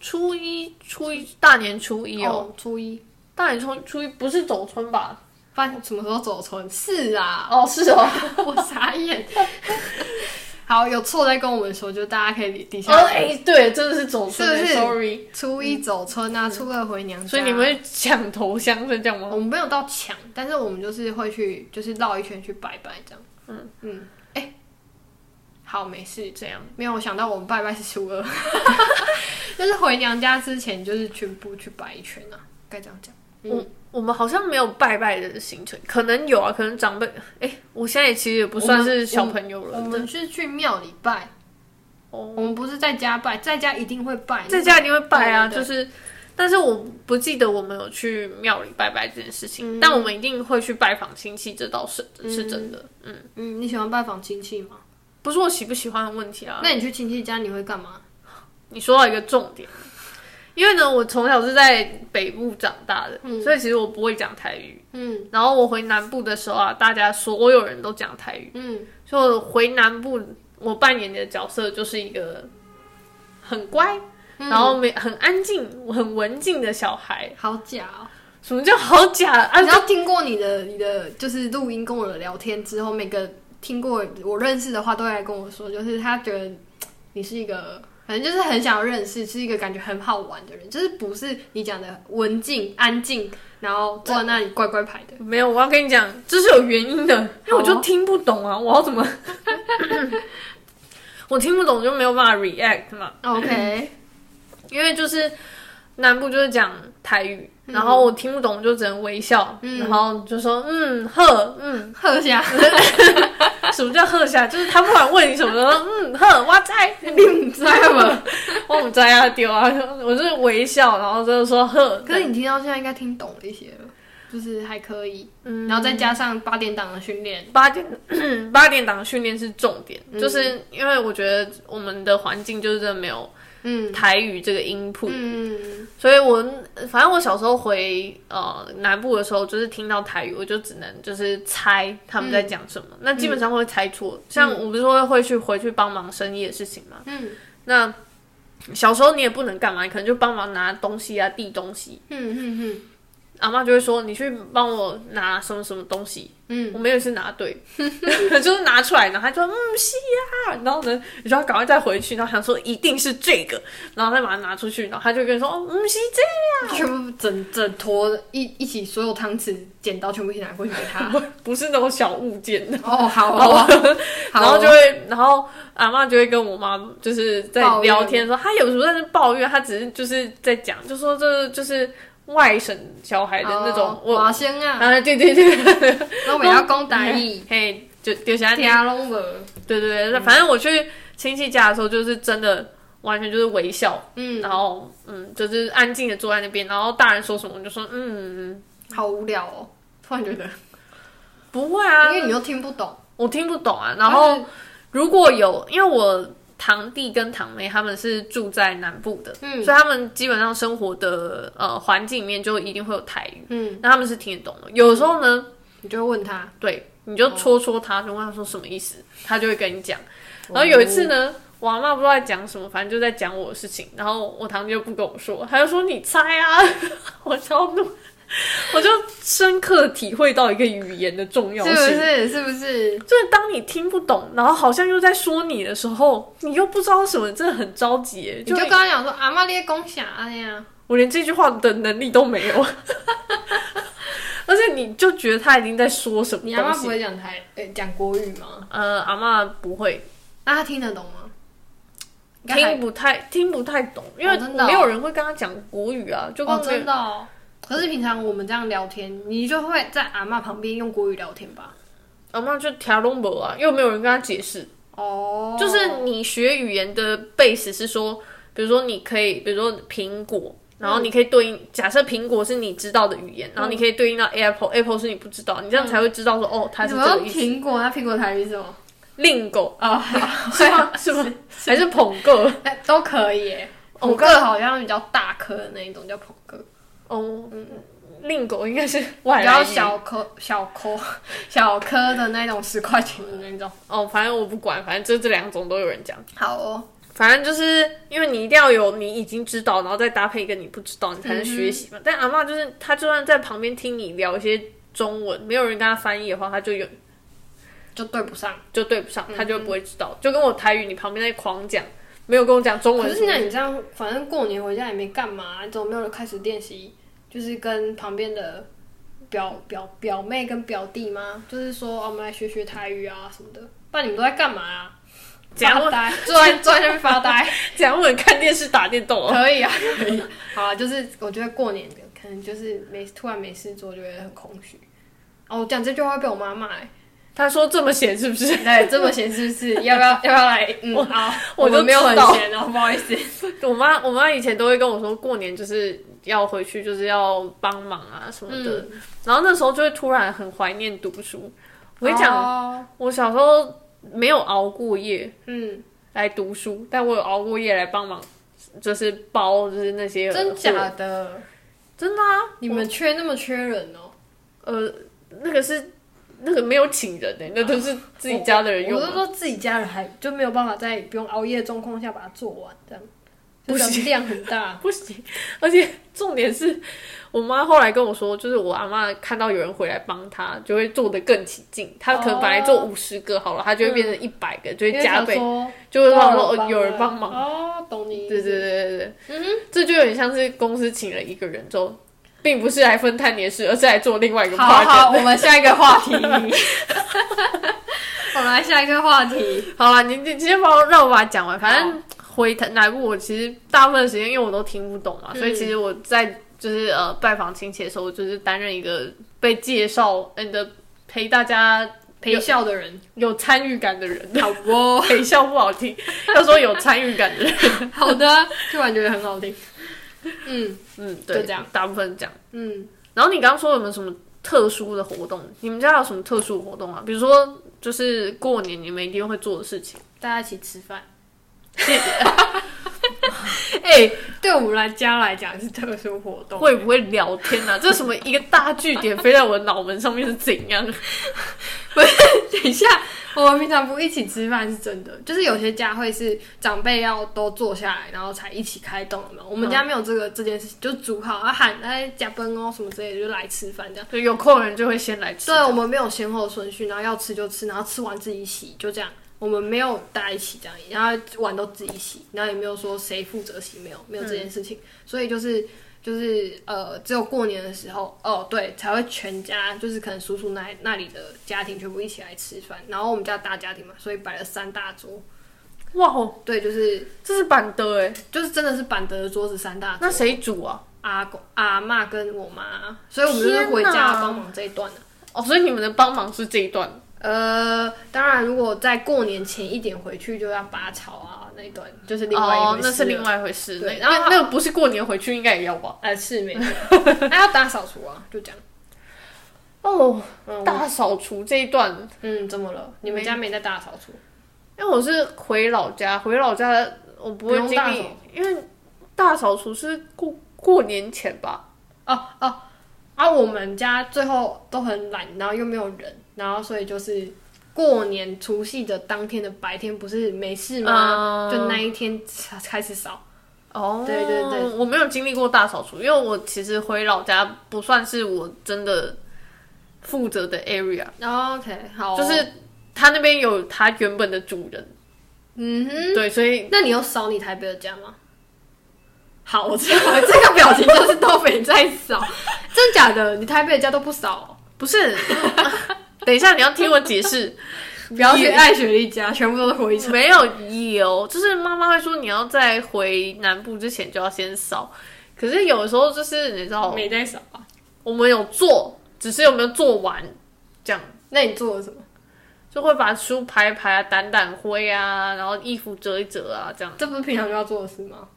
[SPEAKER 2] 初一初一大年初一哦，
[SPEAKER 1] 哦，初一，
[SPEAKER 2] 大年初初一不是走村吧？
[SPEAKER 1] 不然什么时候走春？是啊，
[SPEAKER 2] 哦，是哦，
[SPEAKER 1] 我傻眼。 好，有错再跟我们说，就大家可以底
[SPEAKER 2] 哦
[SPEAKER 1] 下。
[SPEAKER 2] 哎，对，真的是走村欸
[SPEAKER 1] 是不是
[SPEAKER 2] ，sorry。
[SPEAKER 1] 初一走春啊，初二回娘家。
[SPEAKER 2] 所以你们会抢头香是这样吗？
[SPEAKER 1] 我们没有到抢，但是我们就是会去，就是绕一圈去拜拜这样。嗯嗯，哎、好，没事。
[SPEAKER 2] 这样，
[SPEAKER 1] 没有想到我们拜拜是初二， 就是回娘家之前就是全部去拜一圈啊，该这样讲。嗯
[SPEAKER 2] 我我们好像没有拜拜的行程，可能有啊，可能长辈，哎、我现在其实也不算是小朋友
[SPEAKER 1] 我
[SPEAKER 2] 了，
[SPEAKER 1] 们是去庙里拜，
[SPEAKER 2] 哦，
[SPEAKER 1] 我们不是在家拜，在家一定会拜。
[SPEAKER 2] 在家一定会拜啊，
[SPEAKER 1] 对对
[SPEAKER 2] 就是，但是我不记得我们有去庙里拜拜这件事情，
[SPEAKER 1] 嗯
[SPEAKER 2] 但我们一定会去拜访亲戚，这倒是是真的，嗯，
[SPEAKER 1] 嗯，你喜欢拜访亲戚吗？
[SPEAKER 2] 不是我喜不喜欢的问题啊，
[SPEAKER 1] 那你去亲戚家你会干嘛？
[SPEAKER 2] 你说到一个重点，因为呢，我从小是在北部长大的，所以其实我不会讲台语。
[SPEAKER 1] 嗯
[SPEAKER 2] 然后我回南部的时候啊，大家所有人都讲台语，
[SPEAKER 1] 嗯，
[SPEAKER 2] 所以我回南部我扮演的角色就是一个很乖，
[SPEAKER 1] 嗯
[SPEAKER 2] 然后没很安静、很文静的小孩。
[SPEAKER 1] 好假哦！
[SPEAKER 2] 什么叫好假啊？
[SPEAKER 1] 你知道听过你的你的就是录音跟我的聊天之后，每个听过我认识的话都会来跟我说，就是他觉得嘖你是一个。反正就是很想要认识，是一个感觉很好玩的人，就是不是你讲的文静、安静，然后坐在那里乖乖 牌的。
[SPEAKER 2] 没有，我要跟你讲，这是有原因的，因为我就
[SPEAKER 1] 好啊
[SPEAKER 2] 听不懂啊，我 要怎么？我听不懂就没有办法 react 嘛。
[SPEAKER 1] 哦 OK，
[SPEAKER 2] 因为就是南部就是讲台语，然后我听不懂就只能微笑，
[SPEAKER 1] 嗯
[SPEAKER 2] 然后就说嗯呵嗯，
[SPEAKER 1] 喝 下，
[SPEAKER 2] 什么叫呵下？就是他不管问你什么，说嗯呵哇 塞，
[SPEAKER 1] 你唔知吗？
[SPEAKER 2] 我们在 啊丢啊，我就是微笑，然后就是说呵。
[SPEAKER 1] 可是你听到现在应该听懂了一些了。就是还可以，
[SPEAKER 2] 嗯
[SPEAKER 1] 然后再加上八点档的训练，
[SPEAKER 2] 八点 八点档训练是重点，
[SPEAKER 1] 嗯
[SPEAKER 2] 就是因为我觉得我们的环境就是真的没有
[SPEAKER 1] 嗯
[SPEAKER 2] 台语这个音谱，
[SPEAKER 1] 嗯，
[SPEAKER 2] 所以我反正我小时候回呃南部的时候，就是听到台语，我就只能就是猜他们在讲什
[SPEAKER 1] 嗯
[SPEAKER 2] 么，那基本上会猜错。像我不是说会去回去帮忙生意的事情嘛，
[SPEAKER 1] 嗯，
[SPEAKER 2] 那小时候你也不能干嘛，你可能就帮忙拿东西啊、递东西。
[SPEAKER 1] 嗯嗯
[SPEAKER 2] 阿妈就会说：“你去帮我拿什么什么东西。”
[SPEAKER 1] 嗯
[SPEAKER 2] 我们有一次拿对， 就是拿出来，然后他就说：“嗯，是呀、然后呢，你就要赶快再回去，然后想说一定是这个，然后再把它拿出去，然后他就跟你说：“哦，嗯，是这
[SPEAKER 1] 嗯，全部整整坨一一起，所有汤匙、剪刀全部一起拿过去给 他。
[SPEAKER 2] 个，不是那种小物件。”
[SPEAKER 1] 哦，好哦，好
[SPEAKER 2] 然后就会，然后阿妈就会跟我妈就是在
[SPEAKER 1] 抱怨
[SPEAKER 2] 聊天说，她有时候在那抱怨，她只是就是在讲，就说这就是外省小孩的那种，我
[SPEAKER 1] 华生啊，
[SPEAKER 2] 啊，对对对，
[SPEAKER 1] 那我要讲台语，
[SPEAKER 2] 嘿，就丢下
[SPEAKER 1] 听拢无，
[SPEAKER 2] 对对对，那反正我去亲戚家的时候，就是真的完全就是微笑，
[SPEAKER 1] 嗯，
[SPEAKER 2] 然后嗯，就是安静的坐在那边，然后大人说什么我就说嗯，
[SPEAKER 1] 好无聊哦，突然觉得，
[SPEAKER 2] 不会啊
[SPEAKER 1] 因，为你又听不懂，
[SPEAKER 2] 我听不懂啊。然后
[SPEAKER 1] 但是，
[SPEAKER 2] 如果有，因为我堂弟跟堂妹他们是住在南部的，
[SPEAKER 1] 嗯
[SPEAKER 2] 所以他们基本上生活的呃环境里面就一定会有台语，
[SPEAKER 1] 嗯，
[SPEAKER 2] 那他们是听得懂的。有时候呢，
[SPEAKER 1] 你就会问他，
[SPEAKER 2] 对，你
[SPEAKER 1] 哦
[SPEAKER 2] 就戳戳他，就问他说什么意思，他就会跟你讲。然后有一次
[SPEAKER 1] 哦
[SPEAKER 2] 呢，我阿妈不知道在讲什么，反正就在讲我的事情。然后我堂弟就不跟我说，他就说你猜啊， 我超怒， 我就深刻体会到一个语言的重
[SPEAKER 1] 是
[SPEAKER 2] 要
[SPEAKER 1] 不
[SPEAKER 2] 性。
[SPEAKER 1] 是？是不是？
[SPEAKER 2] 就是当你听不懂，然后好像又在说你的时候，你又不知道什么，真的很着急耶。
[SPEAKER 1] 你就
[SPEAKER 2] 就
[SPEAKER 1] 跟他讲说阿妈你在讲啥啊那样，
[SPEAKER 2] 我连这句话的能力都没有， 而且你就觉得他已经在说什么
[SPEAKER 1] 你阿妈
[SPEAKER 2] 东
[SPEAKER 1] 不
[SPEAKER 2] 西。
[SPEAKER 1] 会讲台诶讲国语吗？哦
[SPEAKER 2] 呃，阿妈不会，
[SPEAKER 1] 那他听得懂吗？应该还
[SPEAKER 2] 听不太听不太懂，因为
[SPEAKER 1] 哦真的哦
[SPEAKER 2] 没有人会跟他讲国语啊，就跟
[SPEAKER 1] 哦，
[SPEAKER 2] 没有
[SPEAKER 1] 真的哦。可是平常我们这样聊天，你就会在阿妈旁边用国语聊天吧？
[SPEAKER 2] 阿妈哦就条龙博啊，又没有人跟他解释。
[SPEAKER 1] 哦
[SPEAKER 2] 就是你学语言的 base 是说，比如说你可以，比如说苹果，然后你可以对
[SPEAKER 1] 嗯
[SPEAKER 2] 应，假设苹果是你知道的语言，然后你可以对应到 apple，apple 是你不知道，你这样才会知道说，哦，
[SPEAKER 1] 嗯
[SPEAKER 2] 它
[SPEAKER 1] 你
[SPEAKER 2] 是
[SPEAKER 1] 怎么
[SPEAKER 2] 这个
[SPEAKER 1] 用
[SPEAKER 2] 意思。啊
[SPEAKER 1] 苹果？那苹果台语是什么？
[SPEAKER 2] 令狗
[SPEAKER 1] 哦，
[SPEAKER 2] 是吗？是吗？还是捧狗？
[SPEAKER 1] 哎，都可以 耶。
[SPEAKER 2] 哦
[SPEAKER 1] 捧个好像比较大颗的那一种叫捧个，
[SPEAKER 2] 哦，令狗应该是外
[SPEAKER 1] 比
[SPEAKER 2] 来
[SPEAKER 1] 较
[SPEAKER 2] 语
[SPEAKER 1] 小颗、小颗、 小颗的那种十块钱的那种。
[SPEAKER 2] 哦，反正我不管，反正就这两种都有人讲。
[SPEAKER 1] 好哦，
[SPEAKER 2] 反正就是因为你一定要有你已经知道，然后再搭配一个你不知道，你才能学
[SPEAKER 1] 嗯
[SPEAKER 2] 习嘛。但阿嬷就是她，就算在旁边听你聊一些中文，没有人跟她翻译的话，她就有
[SPEAKER 1] 就对不上。
[SPEAKER 2] 就对不上，
[SPEAKER 1] 嗯
[SPEAKER 2] 她就不会知道。就跟我台语，你旁边在狂讲，没有跟我讲中
[SPEAKER 1] 可
[SPEAKER 2] 文
[SPEAKER 1] 是那你这样，反正过年回家也没干嘛，怎么没有开始练习？就是跟旁边的表表表妹跟表弟吗？就是说，哦我们来学学台语啊什么的。不然你们都在干嘛啊？
[SPEAKER 2] 怎样
[SPEAKER 1] 发呆，坐在坐在那边发呆，
[SPEAKER 2] 讲文、看电视、打电动、哦。
[SPEAKER 1] 可以啊，可以。好啊，就是我觉得过年可能就是没突然没事做，就会很空虚。哦，我讲这句话会被我妈骂、 欸。
[SPEAKER 2] 她说这么闲是不是？
[SPEAKER 1] 对，这么闲是不是？要不要要不要来？嗯，好，
[SPEAKER 2] 我就
[SPEAKER 1] 们没有很
[SPEAKER 2] 知道
[SPEAKER 1] 闲哦，不好意思。
[SPEAKER 2] 我妈我妈以前都会跟我说，过年就是要回去，就是要帮忙啊什么的。
[SPEAKER 1] 嗯
[SPEAKER 2] 然后那时候就会突然很怀念读书。我跟你讲，
[SPEAKER 1] 讲，
[SPEAKER 2] 我小时候没有熬过夜
[SPEAKER 1] 啊嗯，
[SPEAKER 2] 来读书，但我有熬过夜来帮忙，就是包就是那些
[SPEAKER 1] 真假
[SPEAKER 2] 货
[SPEAKER 1] 的？
[SPEAKER 2] 真的啊，
[SPEAKER 1] 你们缺那么缺人哦？
[SPEAKER 2] 呃那个是那个没有请人的、那都是自己家的人用
[SPEAKER 1] 我
[SPEAKER 2] 的、
[SPEAKER 1] 是说自己家人还就没有办法在不用熬夜的状况下把它做完，这样
[SPEAKER 2] 不
[SPEAKER 1] 就
[SPEAKER 2] 行
[SPEAKER 1] 是量很大。
[SPEAKER 2] 不行，而且重点是我妈后来跟我说，就是我阿妈看到有人回来帮她，就会做的更起劲。她可能本来做
[SPEAKER 1] 哦
[SPEAKER 2] 五十个好了，她就会变成一百个， 就
[SPEAKER 1] 因
[SPEAKER 2] 会
[SPEAKER 1] 为
[SPEAKER 2] 加
[SPEAKER 1] 想
[SPEAKER 2] 倍，
[SPEAKER 1] 说
[SPEAKER 2] 就会
[SPEAKER 1] 帮
[SPEAKER 2] 让
[SPEAKER 1] 了
[SPEAKER 2] 说哦有人帮忙。
[SPEAKER 1] 哦，懂你意
[SPEAKER 2] 对
[SPEAKER 1] 思。
[SPEAKER 2] 对对对对，嗯，这就有点像是公司请了一个人之后，并不是来分摊你的事，而是来做另外一个 p
[SPEAKER 1] 好
[SPEAKER 2] a r t
[SPEAKER 1] 好，我们下一个话 题。我们来下一个话题。
[SPEAKER 2] 好了，你你直接把我让我把它讲完。反正回南部，我其实大部分的时间因为我都听不懂嘛，
[SPEAKER 1] 嗯
[SPEAKER 2] 所以其实我在就是呃拜访亲戚的时候，我就是担任一个被介绍嗯的陪大家
[SPEAKER 1] 陪笑的人，
[SPEAKER 2] 有参与感的人。
[SPEAKER 1] 好哦，
[SPEAKER 2] 陪笑不好听，要说有参与感 的人，
[SPEAKER 1] 好的，突然觉得很好听。嗯
[SPEAKER 2] 嗯，
[SPEAKER 1] 就
[SPEAKER 2] 对，
[SPEAKER 1] 这样，
[SPEAKER 2] 大部分是这样。
[SPEAKER 1] 嗯，
[SPEAKER 2] 然后你刚刚说有没有什么特殊的活动？你们家有什么特殊活动啊？比如说，就是过年你们一定会做的事情。
[SPEAKER 1] 大家一起吃 饭。
[SPEAKER 2] 哎、
[SPEAKER 1] 对我们来家来讲是特殊活动，
[SPEAKER 2] 会不会聊天啊？这什么一个大据点飞在我的脑门上面是怎样？
[SPEAKER 1] 等一下，我们平常不一起吃饭是真的，就是有些家会是长辈要都坐下来，然后才一起开动嘛。我们家没有这个、这件事情，就煮好啊喊哎加班哦什么之类的，就来吃饭这样。
[SPEAKER 2] 就有空人就会先来吃。
[SPEAKER 1] 对，我们没有先后顺序，然后要吃就吃，然后吃完自己洗，就这样。我们没有大家一起这样，然后碗都自己洗，然后也没有说谁负责洗，没有没有这件事
[SPEAKER 2] 嗯
[SPEAKER 1] 情。所以就是就是呃，只有过年的时候，哦对，才会全家就是可能叔叔那那里的家庭全部一起来吃饭。然后我们家大家庭嘛，所以摆了三大桌，
[SPEAKER 2] 哇哦，
[SPEAKER 1] 对，就是
[SPEAKER 2] 这是板的哎、
[SPEAKER 1] 就是真的是板德的桌子三大桌
[SPEAKER 2] 那谁煮啊？
[SPEAKER 1] 阿公阿嬷跟我妈，所以我们就是
[SPEAKER 2] 天
[SPEAKER 1] 回家
[SPEAKER 2] 哪
[SPEAKER 1] 帮忙这一段的。啊
[SPEAKER 2] 哦，所以你们的帮忙是这一段。
[SPEAKER 1] 呃，当然，如果在过年前一点回去，就要拔草啊那一段，就是另外一回
[SPEAKER 2] 哦
[SPEAKER 1] 事，
[SPEAKER 2] 那是另
[SPEAKER 1] 了，
[SPEAKER 2] 外一回事。
[SPEAKER 1] 对
[SPEAKER 2] 那
[SPEAKER 1] 然后
[SPEAKER 2] 那那个不是过年回去应该也要吧？
[SPEAKER 1] 呃，是没错，那要打扫除啊，就这样。
[SPEAKER 2] 哦，
[SPEAKER 1] 嗯
[SPEAKER 2] 大扫除这一段，
[SPEAKER 1] 嗯，怎么了？你们家没在大扫除？
[SPEAKER 2] 因为我是回老家，回老家我不
[SPEAKER 1] 不
[SPEAKER 2] 会
[SPEAKER 1] 用
[SPEAKER 2] 经
[SPEAKER 1] 大扫
[SPEAKER 2] 历，因为大扫除是过过年前吧。
[SPEAKER 1] 哦哦，啊，我们家最后都很懒，然后又没有人，然后所以就是过年除夕的当天的白天，不是没事吗？
[SPEAKER 2] 嗯
[SPEAKER 1] 就那一天才开始扫。
[SPEAKER 2] 哦
[SPEAKER 1] 对对对，
[SPEAKER 2] 我没有经历过大扫除，因为我其实回老家不算是我真的负责的 area，、
[SPEAKER 1] OK，好哦、
[SPEAKER 2] 就是他那边有他原本的主人，
[SPEAKER 1] 嗯哼。
[SPEAKER 2] 对，所以
[SPEAKER 1] 那你有扫你台北的家吗？好，我知道了， 这个表情就是都没在扫， 真假的？你台北的家都不扫、哦
[SPEAKER 2] 不是， 等一下你要听我解释，
[SPEAKER 1] 哦？ 不要去爱雪莉家，全部都是灰尘。
[SPEAKER 2] 没有有，就是妈妈会说你要在回南部之前就要先扫，可是有时候就是你知道，
[SPEAKER 1] 没在扫啊？
[SPEAKER 2] 我们有做，只是有没有做完这样。
[SPEAKER 1] 那你做了什么？
[SPEAKER 2] 就会把书排一排啊，掸掸灰啊，然后衣服折一折啊，这样。
[SPEAKER 1] 这不是平常就要做的事吗？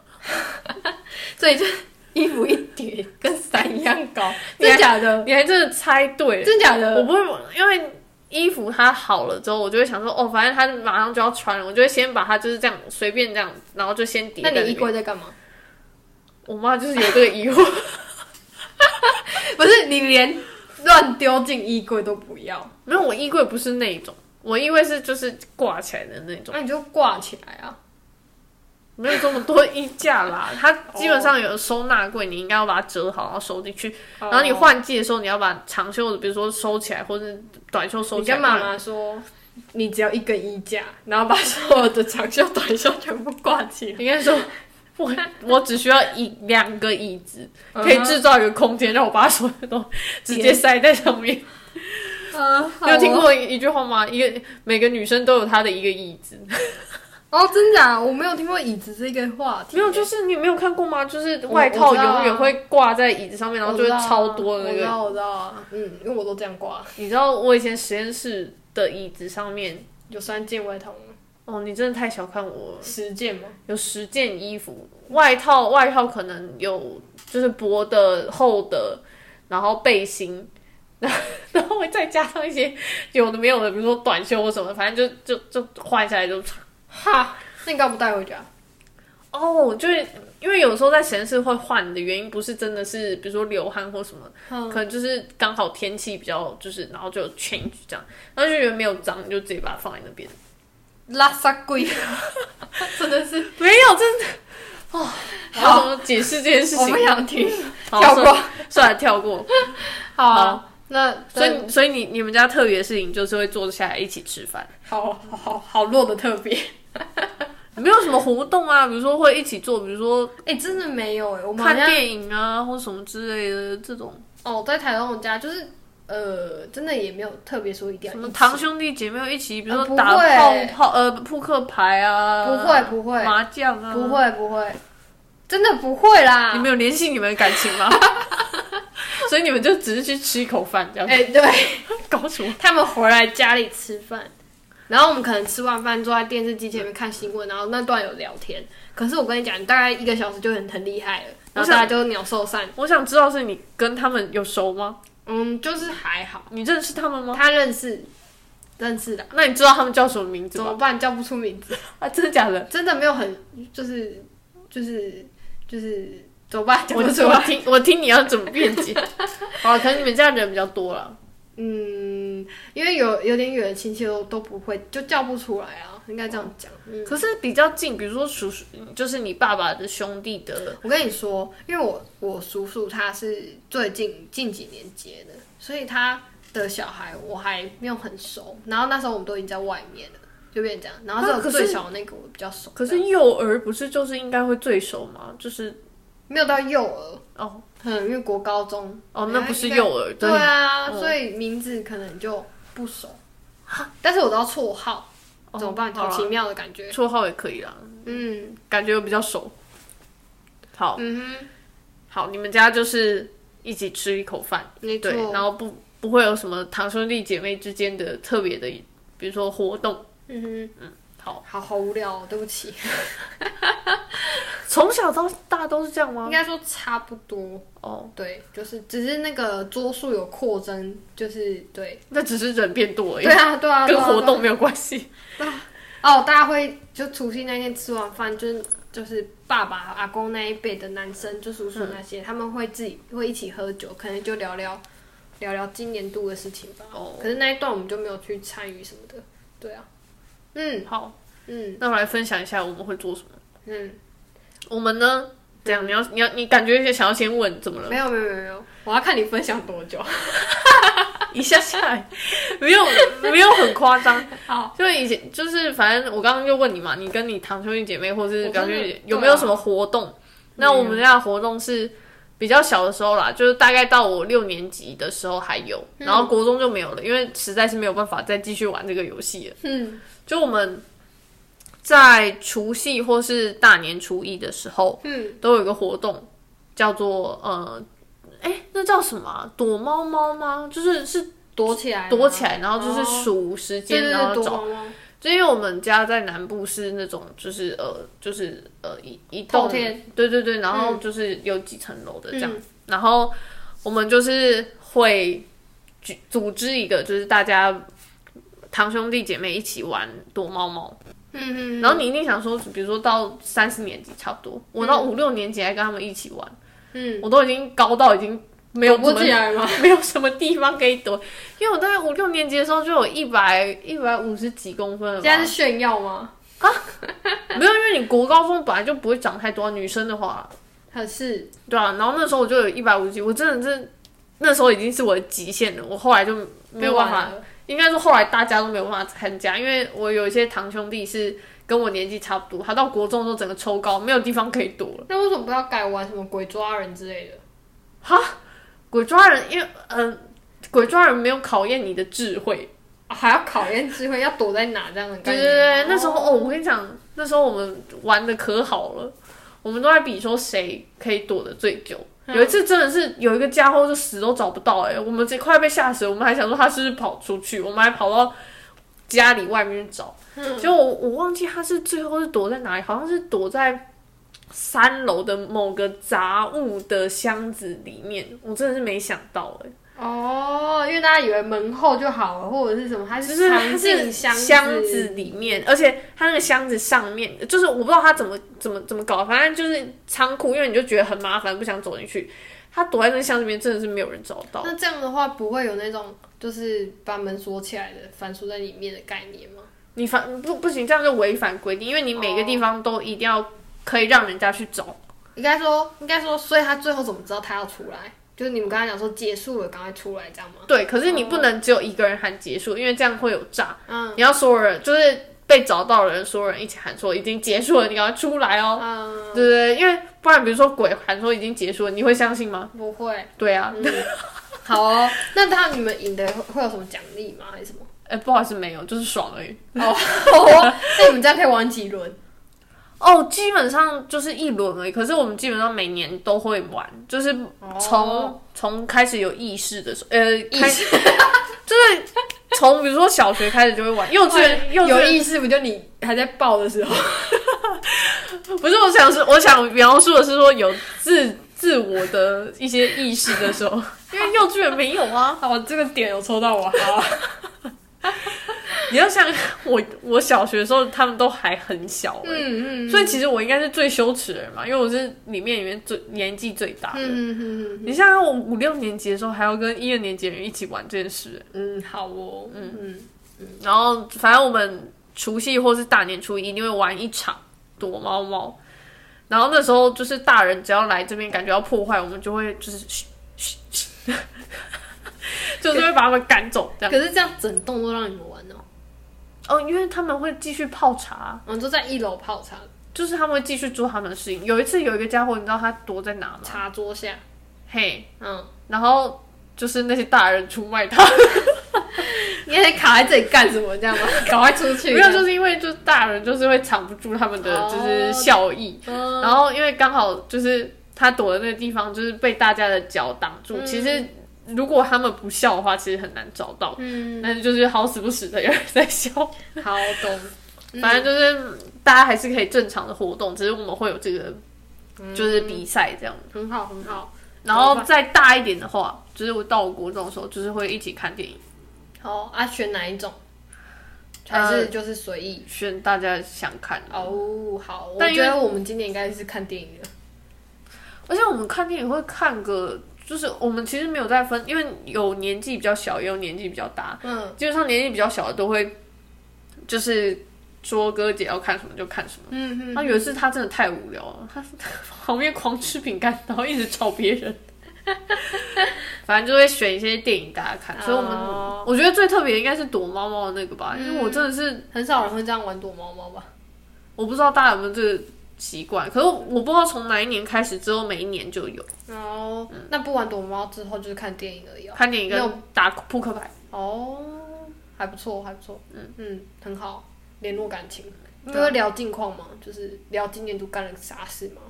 [SPEAKER 1] 所以就衣服一叠跟伞一样高，
[SPEAKER 2] 你还
[SPEAKER 1] 真假的？
[SPEAKER 2] 你还真的猜对了，
[SPEAKER 1] 真假
[SPEAKER 2] 我
[SPEAKER 1] 的？
[SPEAKER 2] 不会，因为衣服它好了之后，我就会想说，哦，反正它马上就要穿了，我就会先把它就是这样随便这样，然后就先叠
[SPEAKER 1] 那你
[SPEAKER 2] 在里
[SPEAKER 1] 衣
[SPEAKER 2] 面。
[SPEAKER 1] 柜在干嘛？
[SPEAKER 2] 我妈就是有这个疑惑，
[SPEAKER 1] 不是你连乱丢进衣柜都不要，
[SPEAKER 2] 没有，我衣柜不是那一种，我衣柜是就是挂起来的那种，
[SPEAKER 1] 那你就挂起来啊。
[SPEAKER 2] 没有这么多衣架啦。它基本上有收纳柜，你应该要把它折好，然后收进去。然后你
[SPEAKER 1] 哦
[SPEAKER 2] 换季的时候，你要把长袖的，比如说收起来，或者是短袖收
[SPEAKER 1] 你
[SPEAKER 2] 起来。
[SPEAKER 1] 跟妈妈说，你只要一根衣架，然后把所有的长袖、短袖全部挂起 来。
[SPEAKER 2] 应该说，我我只需要一两个椅子，可以制造一个空间，让我把所有都直接塞在上面。
[SPEAKER 1] 嗯，
[SPEAKER 2] 你有听过一一句话吗？一个每个女生都有她的一个椅子，
[SPEAKER 1] 哦？真假？我没有听过椅子这个话题。
[SPEAKER 2] 没有，就是你没有看过吗？就是
[SPEAKER 1] 我
[SPEAKER 2] 外套
[SPEAKER 1] 我知道啊
[SPEAKER 2] 永远会挂在椅子上面，然后就会超多的
[SPEAKER 1] 我
[SPEAKER 2] 那
[SPEAKER 1] 知
[SPEAKER 2] 个。
[SPEAKER 1] 道，我知道啊。嗯，因为我都这样挂，
[SPEAKER 2] 你知道我以前实验室的椅子上面，
[SPEAKER 1] 有三件外套吗？
[SPEAKER 2] 哦，你真的太小看我了，
[SPEAKER 1] 十件吗？
[SPEAKER 2] 有十件衣服，外套外套可能有就是薄的、厚的，然后背心， 然后然后会再加上一些有的没有的，比如说短袖或什么，反正就就就换下来就
[SPEAKER 1] 哈，那你干嘛不带回家？
[SPEAKER 2] 哦，就是因为有时候在实验室会换的原因，不是真的是比如说流汗或什么，
[SPEAKER 1] 嗯
[SPEAKER 2] 可能就是刚好天气比较就是，然后就 change 这样，然后就觉得没有脏，你就直接把它放在那 边。
[SPEAKER 1] 拉萨贵， 真的是
[SPEAKER 2] 没有，真的哦，我要怎么解释这件事
[SPEAKER 1] 我
[SPEAKER 2] 情
[SPEAKER 1] 不？想听，
[SPEAKER 2] 好
[SPEAKER 1] 跳。
[SPEAKER 2] 算
[SPEAKER 1] 过
[SPEAKER 2] 了。 算了，跳过。
[SPEAKER 1] 好啊，那
[SPEAKER 2] 所以，所以你你们家特别的事情就是会坐下来一起吃饭，
[SPEAKER 1] 好好好好弱的特别。
[SPEAKER 2] 没有什么活动啊，比如说会一起做，比如说
[SPEAKER 1] 哎，真的没有哎，我们好
[SPEAKER 2] 看
[SPEAKER 1] 像
[SPEAKER 2] 电影啊，或什么之类的这种，
[SPEAKER 1] 哦，在台东我家就是呃，真的也没有特别说一定要
[SPEAKER 2] 什么
[SPEAKER 1] 一起
[SPEAKER 2] 堂兄弟姐妹一起，比如
[SPEAKER 1] 呃不会
[SPEAKER 2] 说打泡泡呃扑克牌啊，
[SPEAKER 1] 不会不会
[SPEAKER 2] 麻将啊，
[SPEAKER 1] 不。会不会，真的不会啦
[SPEAKER 2] 你。们有联系你们的感情吗？ 所以你们就只是去吃一口饭这样，
[SPEAKER 1] 哎哎、对
[SPEAKER 2] 搞什么？
[SPEAKER 1] 他们回来家里吃饭，然后我们可能吃完饭坐在电视机前面看新闻，然后那段有聊天。可是我跟你讲，你大概一个小时就很很厉害了，
[SPEAKER 2] 啊
[SPEAKER 1] 然后大家就鸟兽散。
[SPEAKER 2] 我想知道是你跟他们有熟吗？
[SPEAKER 1] 嗯，就是还好，
[SPEAKER 2] 你认识他们吗？
[SPEAKER 1] 他认识认识的，
[SPEAKER 2] 那你知道他们叫什么名字
[SPEAKER 1] 怎
[SPEAKER 2] 吗？
[SPEAKER 1] 么办？叫不出名字，
[SPEAKER 2] 啊，真的假的？
[SPEAKER 1] 真的没有很就是就是就是怎么办？讲
[SPEAKER 2] 我
[SPEAKER 1] 不出
[SPEAKER 2] 我
[SPEAKER 1] 来。
[SPEAKER 2] 听我听你要怎么辩 解？好，可能你们家人比较多了。
[SPEAKER 1] 嗯，因为有有点远的亲戚都都不会，就叫不出来啊，应该这样讲。
[SPEAKER 2] 可是比较近，比如说叔叔，就是你爸爸的兄弟的，
[SPEAKER 1] 我跟你说，因为我我叔叔他是最近近几年结的，所以他的小孩我还没有很熟。然后那时候我们都已经在外面了，就变成这样。然后只
[SPEAKER 2] 啊可
[SPEAKER 1] 有
[SPEAKER 2] 是
[SPEAKER 1] 最小的那个我比较熟，
[SPEAKER 2] 可是幼儿不是就是应该会最熟吗？就是
[SPEAKER 1] 没有到幼儿，
[SPEAKER 2] 哦
[SPEAKER 1] 嗯，因为国高中哎
[SPEAKER 2] 哦，那不是幼儿，
[SPEAKER 1] 对啊，
[SPEAKER 2] 嗯
[SPEAKER 1] 所以名字可能就不熟。但是我知道绰号，
[SPEAKER 2] 哦
[SPEAKER 1] 怎么办？好
[SPEAKER 2] 好啦
[SPEAKER 1] 奇妙的感觉。
[SPEAKER 2] 绰号也可以啦，
[SPEAKER 1] 嗯
[SPEAKER 2] 感觉比较熟。好
[SPEAKER 1] 嗯
[SPEAKER 2] 好，你们家就是一起吃一口饭，
[SPEAKER 1] 哼，没
[SPEAKER 2] 对，
[SPEAKER 1] 错。
[SPEAKER 2] 然后不不会有什么堂兄弟姐妹之间的特别的，比如说活动。
[SPEAKER 1] 嗯哼，
[SPEAKER 2] 好，
[SPEAKER 1] 好好无聊、哦，对不起。
[SPEAKER 2] 从小到大都是这样吗？
[SPEAKER 1] 应该说差不多。
[SPEAKER 2] 哦，
[SPEAKER 1] 对，就是只是那个桌数有扩增，就是对，
[SPEAKER 2] 那只是人变多而已
[SPEAKER 1] 对，啊，对啊，对
[SPEAKER 2] 跟
[SPEAKER 1] 啊
[SPEAKER 2] 活
[SPEAKER 1] 对啊
[SPEAKER 2] 动没有关系。
[SPEAKER 1] 哦，大家会就除夕那天吃完饭，就是就是爸爸、阿公那一辈的男生，就叔叔那些，他们会自己会一起喝酒，可能就聊聊聊聊今年度的事情吧。
[SPEAKER 2] 哦，
[SPEAKER 1] 可是那一段我们就没有去参与什么的，对啊，嗯
[SPEAKER 2] 好，
[SPEAKER 1] 嗯
[SPEAKER 2] 那我来分享一下我们会做什么。
[SPEAKER 1] 嗯，
[SPEAKER 2] 我们呢，这样你要你要你感觉想要先问怎么了？
[SPEAKER 1] 没有没有没有没有，我要看你分享多久。
[SPEAKER 2] 一下下来，没有没有很夸张。
[SPEAKER 1] 好，
[SPEAKER 2] 就以前就是反正我刚刚就问你嘛，你跟你堂兄弟姐妹或是
[SPEAKER 1] 我真的
[SPEAKER 2] 表兄弟姐妹
[SPEAKER 1] 对啊
[SPEAKER 2] 有没有什么活动？那我们家的活动是比较小的时候啦，就是大概到我六年级的时候还有，
[SPEAKER 1] 嗯
[SPEAKER 2] 然后国中就没有了，因为实在是没有办法再继续玩这个游戏了。
[SPEAKER 1] 嗯
[SPEAKER 2] 就我们在除夕或是大年初一的时候，
[SPEAKER 1] 嗯，
[SPEAKER 2] 都有一个活动叫做呃，哎、那叫什么啊、躲猫猫吗？就是是
[SPEAKER 1] 躲起来吗，
[SPEAKER 2] 躲起来，然后就是
[SPEAKER 1] 哦
[SPEAKER 2] 数时间，
[SPEAKER 1] 对对对
[SPEAKER 2] 然后
[SPEAKER 1] 躲
[SPEAKER 2] 找。
[SPEAKER 1] 猫猫
[SPEAKER 2] 就因为我们家在南部是那种，就是呃，就是呃一一
[SPEAKER 1] 透
[SPEAKER 2] 栋，
[SPEAKER 1] 天
[SPEAKER 2] 对对对，然后
[SPEAKER 1] 嗯
[SPEAKER 2] 就是有几层楼的这样，然后我们就是会组组织一个，就是大家堂兄弟姐妹一起玩躲猫猫。
[SPEAKER 1] 嗯嗯，
[SPEAKER 2] 然后你一定想说，比如说到三四年级差不多，我到五六年级还跟他们一起玩，
[SPEAKER 1] 嗯，
[SPEAKER 2] 我都已经高到已经没有
[SPEAKER 1] 躲
[SPEAKER 2] 怎
[SPEAKER 1] 不
[SPEAKER 2] 么
[SPEAKER 1] 起来吗？
[SPEAKER 2] 没有什么地方可以躲，因为我大概五六年级的时候就有一百一百五十几公分了
[SPEAKER 1] 现在
[SPEAKER 2] 吧
[SPEAKER 1] 是，炫耀吗？
[SPEAKER 2] 没有，因为你国高中本来就不会长太多，女生的话，
[SPEAKER 1] 还是
[SPEAKER 2] 对啊，然后那时候我就有一百五十几，我真的是那时候已经是我的极限了，我后来就没有办法，
[SPEAKER 1] 法？
[SPEAKER 2] 应该说后来大家都没有办法参加，因为我有一些堂兄弟是跟我年纪差不多，他到国中的时候整个抽高，没有地方可以躲了。
[SPEAKER 1] 那为什么不要改玩什么鬼抓人之类的？
[SPEAKER 2] 鬼抓人，因为嗯、呃鬼抓人没有考验你的智慧，
[SPEAKER 1] 啊还要考验智慧，要躲在哪这样的
[SPEAKER 2] 对
[SPEAKER 1] 概
[SPEAKER 2] 对
[SPEAKER 1] 念？
[SPEAKER 2] 对，那时候哦，我跟你讲，那时候我们玩的可好了，我们都在比说谁可以躲得最久。有一次真的是有一个家伙就死都找不到、哎，我们这快被吓死了，我们还想说他是不是跑出去，我们还跑到家里外面去找，结果我我忘记他是最后是躲在哪里，好像是躲在三楼的某个杂物的箱子里面，我真的是没想到、哎。
[SPEAKER 1] 哦，因为大家以为门后就好了，或者是什么，它
[SPEAKER 2] 就是它
[SPEAKER 1] 藏
[SPEAKER 2] 是
[SPEAKER 1] 进
[SPEAKER 2] 箱
[SPEAKER 1] 子
[SPEAKER 2] 子里面，而且它那个箱子上面，就是我不知道它怎么怎么怎么搞，反正就是仓库，因为你就觉得很麻烦，不想走进去。它躲在那个箱子里面，真的是没有人找到。
[SPEAKER 1] 那这样的话，不会有那种就是把门锁起来的反锁在里面的概念吗？
[SPEAKER 2] 你反不不行，这样就违反规定，因为你每个地方都一定要可以让人家去找。
[SPEAKER 1] 应该说，应该说，所以他最后怎么知道他要出来？就是你们刚才讲说结束了，赶快出来这样吗？
[SPEAKER 2] 对，可是你不能只有一个人喊结束，因为这样会有诈。
[SPEAKER 1] 哦嗯
[SPEAKER 2] 你要所有人，就是被找到的人，所有人一起喊说已经结束了，你要出来哦。
[SPEAKER 1] 嗯，
[SPEAKER 2] 对对对，因为不然比如说鬼喊说已经结束了，你会相信吗？
[SPEAKER 1] 不会。
[SPEAKER 2] 对啊，
[SPEAKER 1] 好哦，那他你们赢的会会有什么奖励吗？还是什么？
[SPEAKER 2] 哎、不好意思，没有，就是爽而已。
[SPEAKER 1] 哦，那你们这样可以玩几轮？
[SPEAKER 2] 哦，基本上就是一轮而已。可是我们基本上每年都会玩，就是从
[SPEAKER 1] 哦
[SPEAKER 2] 从、开始有意识的时候，呃，
[SPEAKER 1] 意
[SPEAKER 2] 开就是从比如说小学开始就会玩，幼稚 园幼稚
[SPEAKER 1] 有
[SPEAKER 2] 园
[SPEAKER 1] 意识不就你还在抱的时候？
[SPEAKER 2] 不是我想是我想描述的是说有自自我的一些意识的时候， 因为幼稚园没有啊。
[SPEAKER 1] 哦，这个点有抽到我，好，
[SPEAKER 2] 你要像我，我小学的时候他们都还很小、欸，
[SPEAKER 1] 嗯嗯，
[SPEAKER 2] 所以其实我应该是最羞耻的人嘛，因为我是里面里面最年纪最大的。
[SPEAKER 1] 嗯嗯嗯
[SPEAKER 2] 你像我五六年级的时候，还要跟一二年级的人一起玩这件事、
[SPEAKER 1] 嗯，好哦，嗯嗯，
[SPEAKER 2] 然后反正我们除夕或是大年初一一定会玩一场躲猫猫，然后那时候就是大人只要来这边感觉要破坏，我们就会就是嘘嘘嘘 就是会把他们赶走这样。
[SPEAKER 1] 可是这样整栋都让你们玩哦，
[SPEAKER 2] 哦，因为他们会继续泡茶，
[SPEAKER 1] 我们都在一楼泡茶，
[SPEAKER 2] 就是他们会继续做他们的事情。有一次有一个家伙，你知道他躲在哪吗？
[SPEAKER 1] 茶桌下，
[SPEAKER 2] 嘿，
[SPEAKER 1] 嗯，
[SPEAKER 2] 然后就是那些大人出卖他，
[SPEAKER 1] 你还卡在这里干什么？这样吗？赶快出去，
[SPEAKER 2] 没有，就是因为就是大人就是会藏不住他们的就是
[SPEAKER 1] 啊哦
[SPEAKER 2] 笑意。
[SPEAKER 1] 嗯，
[SPEAKER 2] 然后因为刚好就是他躲的那个地方就是被大家的脚挡住，
[SPEAKER 1] 嗯
[SPEAKER 2] 其实如果他们不笑的话，其实很难找到。
[SPEAKER 1] 嗯，
[SPEAKER 2] 但是就是好死不死的有人在笑，
[SPEAKER 1] 好懂，嗯
[SPEAKER 2] 反正就是大家还是可以正常的活动，只是我们会有这个就是比赛这样。
[SPEAKER 1] 很嗯好很好，
[SPEAKER 2] 然后再大一点的话，就是我到我国中的时候，就是会一起看电影，
[SPEAKER 1] 好啊，选哪一种？
[SPEAKER 2] 呃
[SPEAKER 1] 还是就是随意？
[SPEAKER 2] 选大家想看的。
[SPEAKER 1] 哦，好，我
[SPEAKER 2] 但因
[SPEAKER 1] 觉
[SPEAKER 2] 为
[SPEAKER 1] 得我们今年应该是看电影的，
[SPEAKER 2] 而且我们看电影会看个，就是我们其实没有在分，因为有年纪比较小，也有年纪比较大。
[SPEAKER 1] 嗯
[SPEAKER 2] 基本上年纪比较小的都会，就是说哥姐要看什么就看什么。
[SPEAKER 1] 嗯
[SPEAKER 2] 他有一次他真的太无聊了，他 旁边狂吃饼干，然后一直吵别人。 反正就会选一些电影大家看，所以我们、
[SPEAKER 1] 哦
[SPEAKER 2] 我觉得最特别应该是躲猫猫的那个吧，因为我真的是
[SPEAKER 1] 嗯，很少人会这样玩躲猫猫吧？
[SPEAKER 2] 我不知道大家有没有这个习惯，可是我不知道从哪一年开始之后，每一年就有
[SPEAKER 1] 哦，那不玩躲猫之后就是看电影而已哦。
[SPEAKER 2] 看电影
[SPEAKER 1] 没
[SPEAKER 2] 跟打扑克牌，
[SPEAKER 1] 哦，还不错，还不错，嗯嗯，很好，联络感情，
[SPEAKER 2] 嗯
[SPEAKER 1] 因为聊近况嘛，就是聊今年度干了啥事嘛，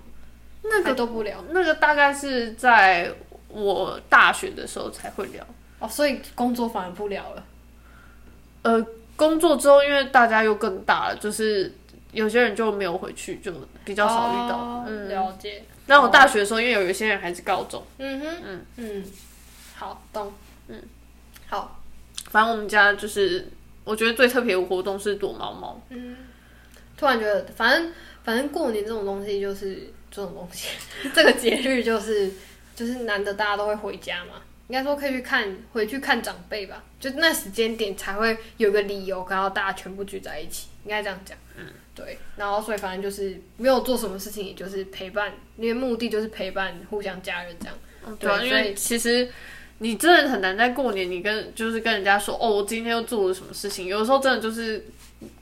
[SPEAKER 2] 那
[SPEAKER 1] 个都不聊
[SPEAKER 2] 那个大概是在我大学的时候才会聊。
[SPEAKER 1] 哦，所以工作反而不聊了。
[SPEAKER 2] 呃，工作之后，因为大家又更大了，就是有些人就没有回去，就比较少遇到。
[SPEAKER 1] 哦
[SPEAKER 2] 嗯，
[SPEAKER 1] 了解。
[SPEAKER 2] 那我大学的时候，因为有一些人还是高中，
[SPEAKER 1] 嗯哼，嗯嗯，好，懂，嗯，好，
[SPEAKER 2] 反正我们家就是我觉得最特别的活动是躲猫猫。
[SPEAKER 1] 突然觉得，反正反正过年这种东西就是这种东西， 这个节日就是就是难得大家都会回家嘛，应该说可以去看回去看长辈吧，就那时间点才会有个理由，然后大家全部聚在一起，应该这样讲。嗯，对，然后所以反正就是没有做什么事情，也就是陪伴，因为目的就是陪伴互相家人这样。
[SPEAKER 2] 对啊，
[SPEAKER 1] 哦对
[SPEAKER 2] 因
[SPEAKER 1] 所
[SPEAKER 2] 为
[SPEAKER 1] 以
[SPEAKER 2] 其实你真的很难在过年，你跟就是跟人家说哦，我今天又做了什么事情。有的时候真的就是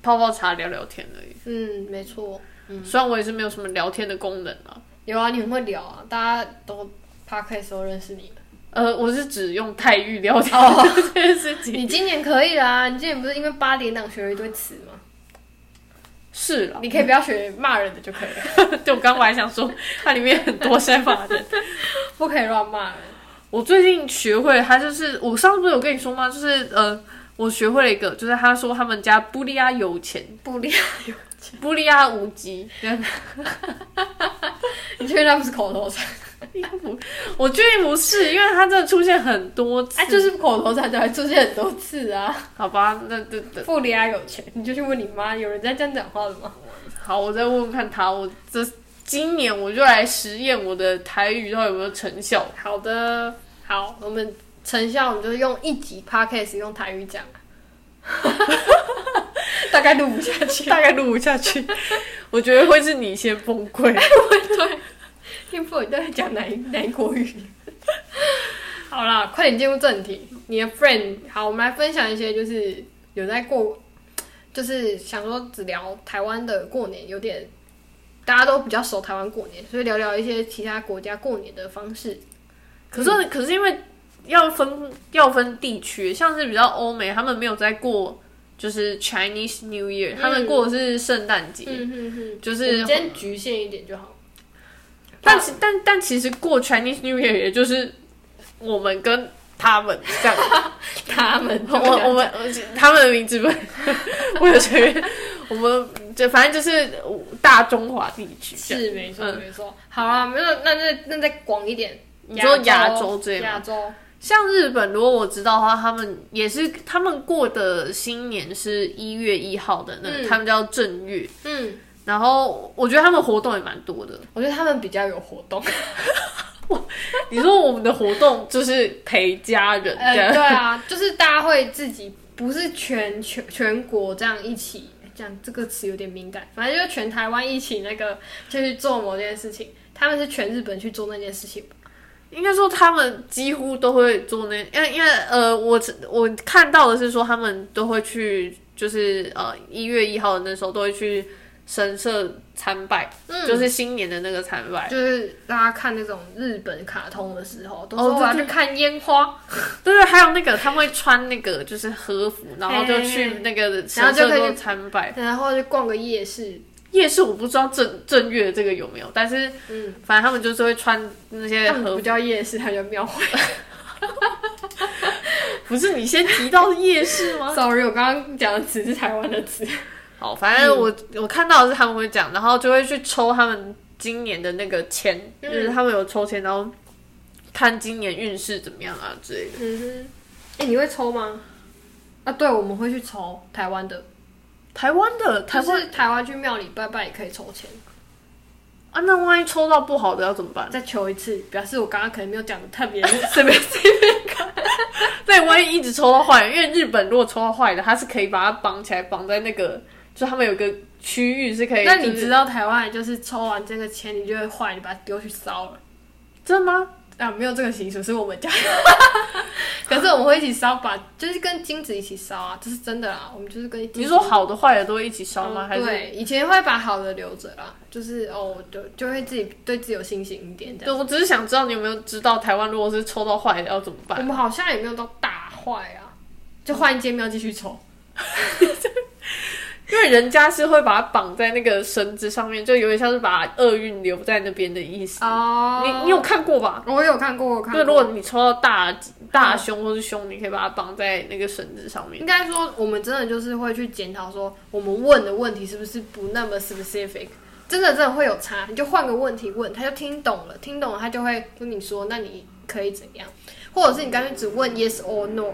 [SPEAKER 2] 泡泡茶聊聊天而已。
[SPEAKER 1] 嗯，没错，
[SPEAKER 2] 虽然我也是没有什么聊天的功能啊，
[SPEAKER 1] 有啊，你很会聊啊，大家都 p a r k 的时候认识你了。
[SPEAKER 2] 呃，我是只用泰语聊天、
[SPEAKER 1] 哦
[SPEAKER 2] 这件事 情。
[SPEAKER 1] 你今年可以啦，你今年不是因为八点档学了一堆词吗？
[SPEAKER 2] 是啦，
[SPEAKER 1] 你可以不要学骂人的就可以了，
[SPEAKER 2] 对，我刚刚还想说，它里面很多山法 的。
[SPEAKER 1] 不可以乱骂人。
[SPEAKER 2] 我最近学会，它就是我上次不是有跟你说吗？就是呃，我学会了一个，就是他说他们家布利亚有钱，
[SPEAKER 1] 不利，
[SPEAKER 2] 布利亚无极。
[SPEAKER 1] 你确定那不是口头禅？
[SPEAKER 2] 我确定不是，因为它真的出现很多 次。
[SPEAKER 1] 哎、就是口头禅才会出现很多次啊。
[SPEAKER 2] 好吧，那这这
[SPEAKER 1] 富利亚有钱，你就去问你妈，有人在这样讲话的吗？
[SPEAKER 2] 好，我再问问看他，我这今年我就来实验我的台语到底有没有成效。
[SPEAKER 1] 好的，好，我们成效我们就用一集 podcast 用台语讲， 大概录不下去，
[SPEAKER 2] 大概录不下去，我觉得会是你先崩溃。
[SPEAKER 1] 听不懂你到底讲哪一哪一国语。 好啦，快点进入正题。你的 friend，好，我们来分享一些就是有在过，就是想说只聊台湾的过年，有点大家都比较熟台湾过年，所以聊聊一些其他国家过年的方式。
[SPEAKER 2] 可是可是因为要分要分地区，像是比较欧美，他们没有在过就是 Chinese New Year，、
[SPEAKER 1] 嗯
[SPEAKER 2] 他们过的是圣诞节。
[SPEAKER 1] 嗯嗯嗯，
[SPEAKER 2] 就
[SPEAKER 1] 我
[SPEAKER 2] 是
[SPEAKER 1] 们，先局限一点就好。
[SPEAKER 2] 但其但 但其实过 Chinese New Year 也就是我们跟他们这样，
[SPEAKER 1] 他们，
[SPEAKER 2] 我 我们他们的名字不， 我有觉得我们就反正就是大中华地区这样。
[SPEAKER 1] 是没错
[SPEAKER 2] 嗯
[SPEAKER 1] 没错。好啦，没有，那那那再广一点，
[SPEAKER 2] 你说
[SPEAKER 1] 亚
[SPEAKER 2] 亚洲这一
[SPEAKER 1] 亚洲
[SPEAKER 2] 像日本，如果我知道的话，他们也是他们过的新年是一月一号的那个，
[SPEAKER 1] 嗯
[SPEAKER 2] 他们叫正月。
[SPEAKER 1] 嗯，
[SPEAKER 2] 然后我觉得他们活动也蛮多的。
[SPEAKER 1] 我觉得他们比较有活动。
[SPEAKER 2] 你说我们的活动就是陪家人这
[SPEAKER 1] 呃，
[SPEAKER 2] 样，
[SPEAKER 1] 对啊， 就是大家会自己，不是全全全国这样一起，这样这个词有点敏感，反正就是全台湾一起那个 就去做某件事情，他们是全日本去做那件事情，
[SPEAKER 2] 应该说他们几乎都会做那，因为因为呃，我我看到的是说他们都会去，就是呃一月一号的那时候都会去神社参拜，
[SPEAKER 1] 嗯
[SPEAKER 2] 就是新年的那个参拜。
[SPEAKER 1] 就是大家看那种日本卡通的时候，都
[SPEAKER 2] 哦
[SPEAKER 1] 说我要
[SPEAKER 2] 对
[SPEAKER 1] 去看烟花，
[SPEAKER 2] 对对，还有那个他们会穿那个就是和服，然后就
[SPEAKER 1] 哎
[SPEAKER 2] 去那个
[SPEAKER 1] 然后
[SPEAKER 2] 神
[SPEAKER 1] 就
[SPEAKER 2] 社
[SPEAKER 1] 可以去
[SPEAKER 2] 做参拜。
[SPEAKER 1] 然后去逛个夜市，
[SPEAKER 2] 夜市我不知道正正月这个有没有，但是
[SPEAKER 1] 嗯，
[SPEAKER 2] 反正他们就是会穿那些
[SPEAKER 1] 他
[SPEAKER 2] 和
[SPEAKER 1] 们不叫夜市，它叫庙会。
[SPEAKER 2] 不是你先提到夜市吗？
[SPEAKER 1] Sorry，我刚刚讲的词是台湾的词，
[SPEAKER 2] 好，反正我、我看到的是他们会讲，然后就会去抽他们今年的那个签，
[SPEAKER 1] 嗯
[SPEAKER 2] 就是他们有抽签，然后看今年运势怎么样啊之类的。
[SPEAKER 1] 嗯哼，哎、你会抽吗？啊，对，我们会去抽台湾的。
[SPEAKER 2] 台湾的台
[SPEAKER 1] 可
[SPEAKER 2] 湾
[SPEAKER 1] 是台湾去庙里拜拜也可以抽签，
[SPEAKER 2] 啊，那万一抽到不好的要怎么办？
[SPEAKER 1] 再求一次，表示我刚刚可能没有讲的特别随便。
[SPEAKER 2] 对，万一一直抽到坏的，因为日本如果抽到坏的，它是可以把它绑起来，绑在那个，就他们有个区域是可以。
[SPEAKER 1] 那你
[SPEAKER 2] 就是
[SPEAKER 1] 知道台湾就是抽完这个签，你就会坏，你把它丢去烧了
[SPEAKER 2] 真的吗？
[SPEAKER 1] 啊？没有这个习俗，是我们家。 可是我们会一起烧，把就是跟金子一起烧啊，这是真的啦。我们就是跟金子
[SPEAKER 2] 你是说好的坏的都会一起烧吗？
[SPEAKER 1] 嗯
[SPEAKER 2] 还是？
[SPEAKER 1] 对，以前会把好的留着啦，就是哦，就就会自己对自己有信心一点这
[SPEAKER 2] 对，
[SPEAKER 1] 样。
[SPEAKER 2] 我只是想知道你有没有知道台湾如果是抽到坏的要怎么
[SPEAKER 1] 我
[SPEAKER 2] 办？
[SPEAKER 1] 们好像也没有到大坏啊，就换一间庙继续抽。
[SPEAKER 2] 因为人家是会把它绑在那个绳子上面，就有点像是把厄运留在那边的意思。
[SPEAKER 1] 哦
[SPEAKER 2] 你你有看过吧？
[SPEAKER 1] 我有看过，我有看
[SPEAKER 2] 就
[SPEAKER 1] 过。
[SPEAKER 2] 如果你抽到大大凶或是凶，你可以把它绑在那个绳子上面。
[SPEAKER 1] 应该说，我们真的就是会去检讨，说我们问的问题是不是不那么 specific，真的真的会有差。你就换个问题问，他就听懂了，听懂了他就会跟你说，那你可以怎样，或者是你干脆只问 yes or no，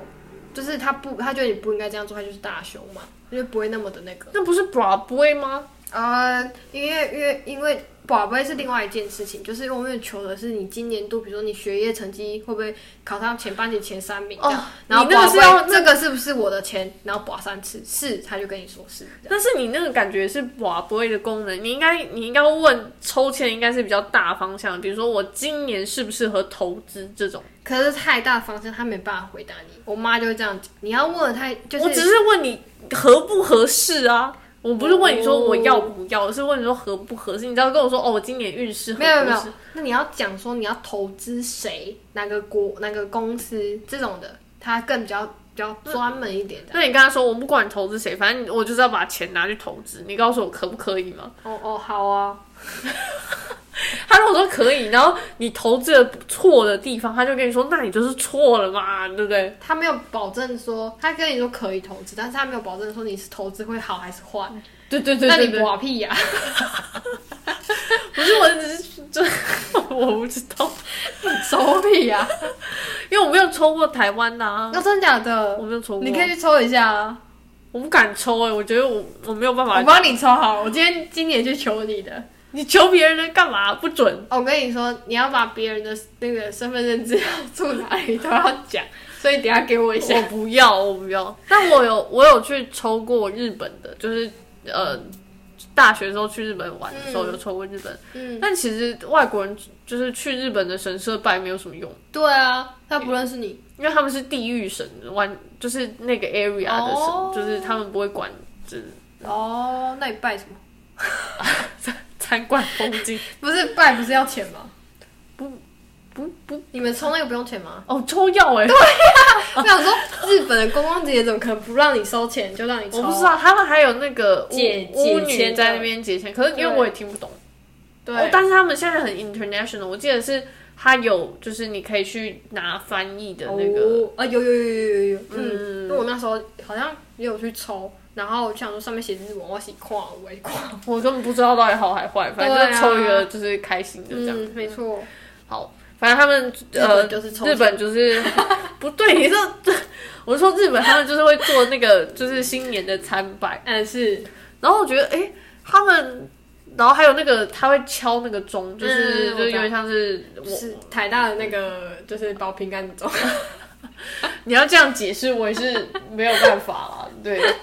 [SPEAKER 1] 就是他不，他觉得你不应该这样做，他就是大凶嘛，他就不会那么的那个。
[SPEAKER 2] 那不是 Broadway 吗？
[SPEAKER 1] 呃，因为因为因为宝贝是另外一件事情，就是永远求的是你今年度，比如说你学业成绩会不会考上前班级前三名这样，
[SPEAKER 2] 哦
[SPEAKER 1] 然后
[SPEAKER 2] 你那个
[SPEAKER 1] 宝
[SPEAKER 2] 是
[SPEAKER 1] 贝
[SPEAKER 2] 要
[SPEAKER 1] 这个是不是我的钱，然后保三次是，他就跟你说是这样。
[SPEAKER 2] 但是你那个感觉是瓦不会的功能，你应该你应该问抽签，应该是比较大方向，比如说我今年适不适合投资这种。
[SPEAKER 1] 可是太大方向，他没办法回答你。我妈就会这样讲，你要问他就是
[SPEAKER 2] 我只是问你合不合适啊，我不是问
[SPEAKER 1] 哦
[SPEAKER 2] 你说我要不要，我是问你说合不合适。你只要跟我说哦，我今年运势合不
[SPEAKER 1] 没有
[SPEAKER 2] 合适
[SPEAKER 1] 没有，那你要讲说你要投资谁，哪个国哪个公司这种的，他更比较比较专门一点的。
[SPEAKER 2] 那你跟他说，我不管你投资谁，反正我就是要把钱拿去投资。你告诉我可不可以吗？
[SPEAKER 1] 哦哦，好啊，
[SPEAKER 2] 他如果说可以，然后你投资的错的地方，他就跟你说，那你就是错了嘛，对不对？
[SPEAKER 1] 他没有保证说，他跟你说可以投资，但是他没有保证说你是投资会好还是坏。
[SPEAKER 2] 对对对
[SPEAKER 1] 那
[SPEAKER 2] 对
[SPEAKER 1] 你
[SPEAKER 2] 对，
[SPEAKER 1] 瓜屁呀、
[SPEAKER 2] 不是，我只是就 我不知道，
[SPEAKER 1] 手屁呀、
[SPEAKER 2] 因为我没有抽过台湾的啊，
[SPEAKER 1] 那真的假
[SPEAKER 2] 我
[SPEAKER 1] 的？
[SPEAKER 2] 没有抽过，
[SPEAKER 1] 你可以去抽一下啊，
[SPEAKER 2] 我不敢抽哎、我觉得我我没有办
[SPEAKER 1] 我
[SPEAKER 2] 法，
[SPEAKER 1] 帮你抽好啊了。我今天今年去求你的。
[SPEAKER 2] 你求别人的干嘛？不准。
[SPEAKER 1] 哦我跟你说，你要把别人的那个身份证资料住哪里都要 讲，所以等一下给我一下。
[SPEAKER 2] 我不要，我不要。但我有我有去抽过日本的，就是呃，大学的时候去日本玩的时候
[SPEAKER 1] 嗯
[SPEAKER 2] 有抽过日本。
[SPEAKER 1] 嗯，
[SPEAKER 2] 但其实外国人就是去日本的神社拜没有什么用，
[SPEAKER 1] 对啊，他不认识你。
[SPEAKER 2] 因为他们是地狱神，完就是那个 area 的神，
[SPEAKER 1] 哦
[SPEAKER 2] 就是他们不会管就是
[SPEAKER 1] 哦，那你拜什么？
[SPEAKER 2] 参观风 景。
[SPEAKER 1] 不是拜，不是要钱吗？
[SPEAKER 2] 不不
[SPEAKER 1] 你们抽那个欸不用钱吗？
[SPEAKER 2] 哦，抽药哎、
[SPEAKER 1] 我想说，日本的观光节怎么可能不让你收钱就让你抽？
[SPEAKER 2] 我不知道他们还有那个巫
[SPEAKER 1] 解
[SPEAKER 2] 巫
[SPEAKER 1] 解签
[SPEAKER 2] 女
[SPEAKER 1] 的
[SPEAKER 2] 在那边解签，可是因为
[SPEAKER 1] 对
[SPEAKER 2] 我也听不懂。
[SPEAKER 1] 对，
[SPEAKER 2] 哦，但是他们现在很 international，我记得是它有就是你可以去拿翻译的那个，
[SPEAKER 1] 哦、啊，有有有有有有，嗯，因为我那时候好像也有去抽，然后我就想说上面写日文，我写跨维跨，
[SPEAKER 2] 我根本不知道到底好还坏，反
[SPEAKER 1] 对
[SPEAKER 2] 正
[SPEAKER 1] 啊
[SPEAKER 2] 就抽一个就是开心的这样。
[SPEAKER 1] 嗯，没错，
[SPEAKER 2] 好，反正他们
[SPEAKER 1] 日
[SPEAKER 2] 呃，
[SPEAKER 1] 本就是抽
[SPEAKER 2] 日本就是 不对，你说这，我说日本他们就是会做那个就是新年的参拜，
[SPEAKER 1] 嗯是，
[SPEAKER 2] 然后我觉得哎、诶他们。然后还有那个，他会敲那个钟，就是、
[SPEAKER 1] 嗯
[SPEAKER 2] 就是有点像是我，
[SPEAKER 1] 是台大的那个就是包饼干中，
[SPEAKER 2] 你要这样解释，我也是没有办法啦。对，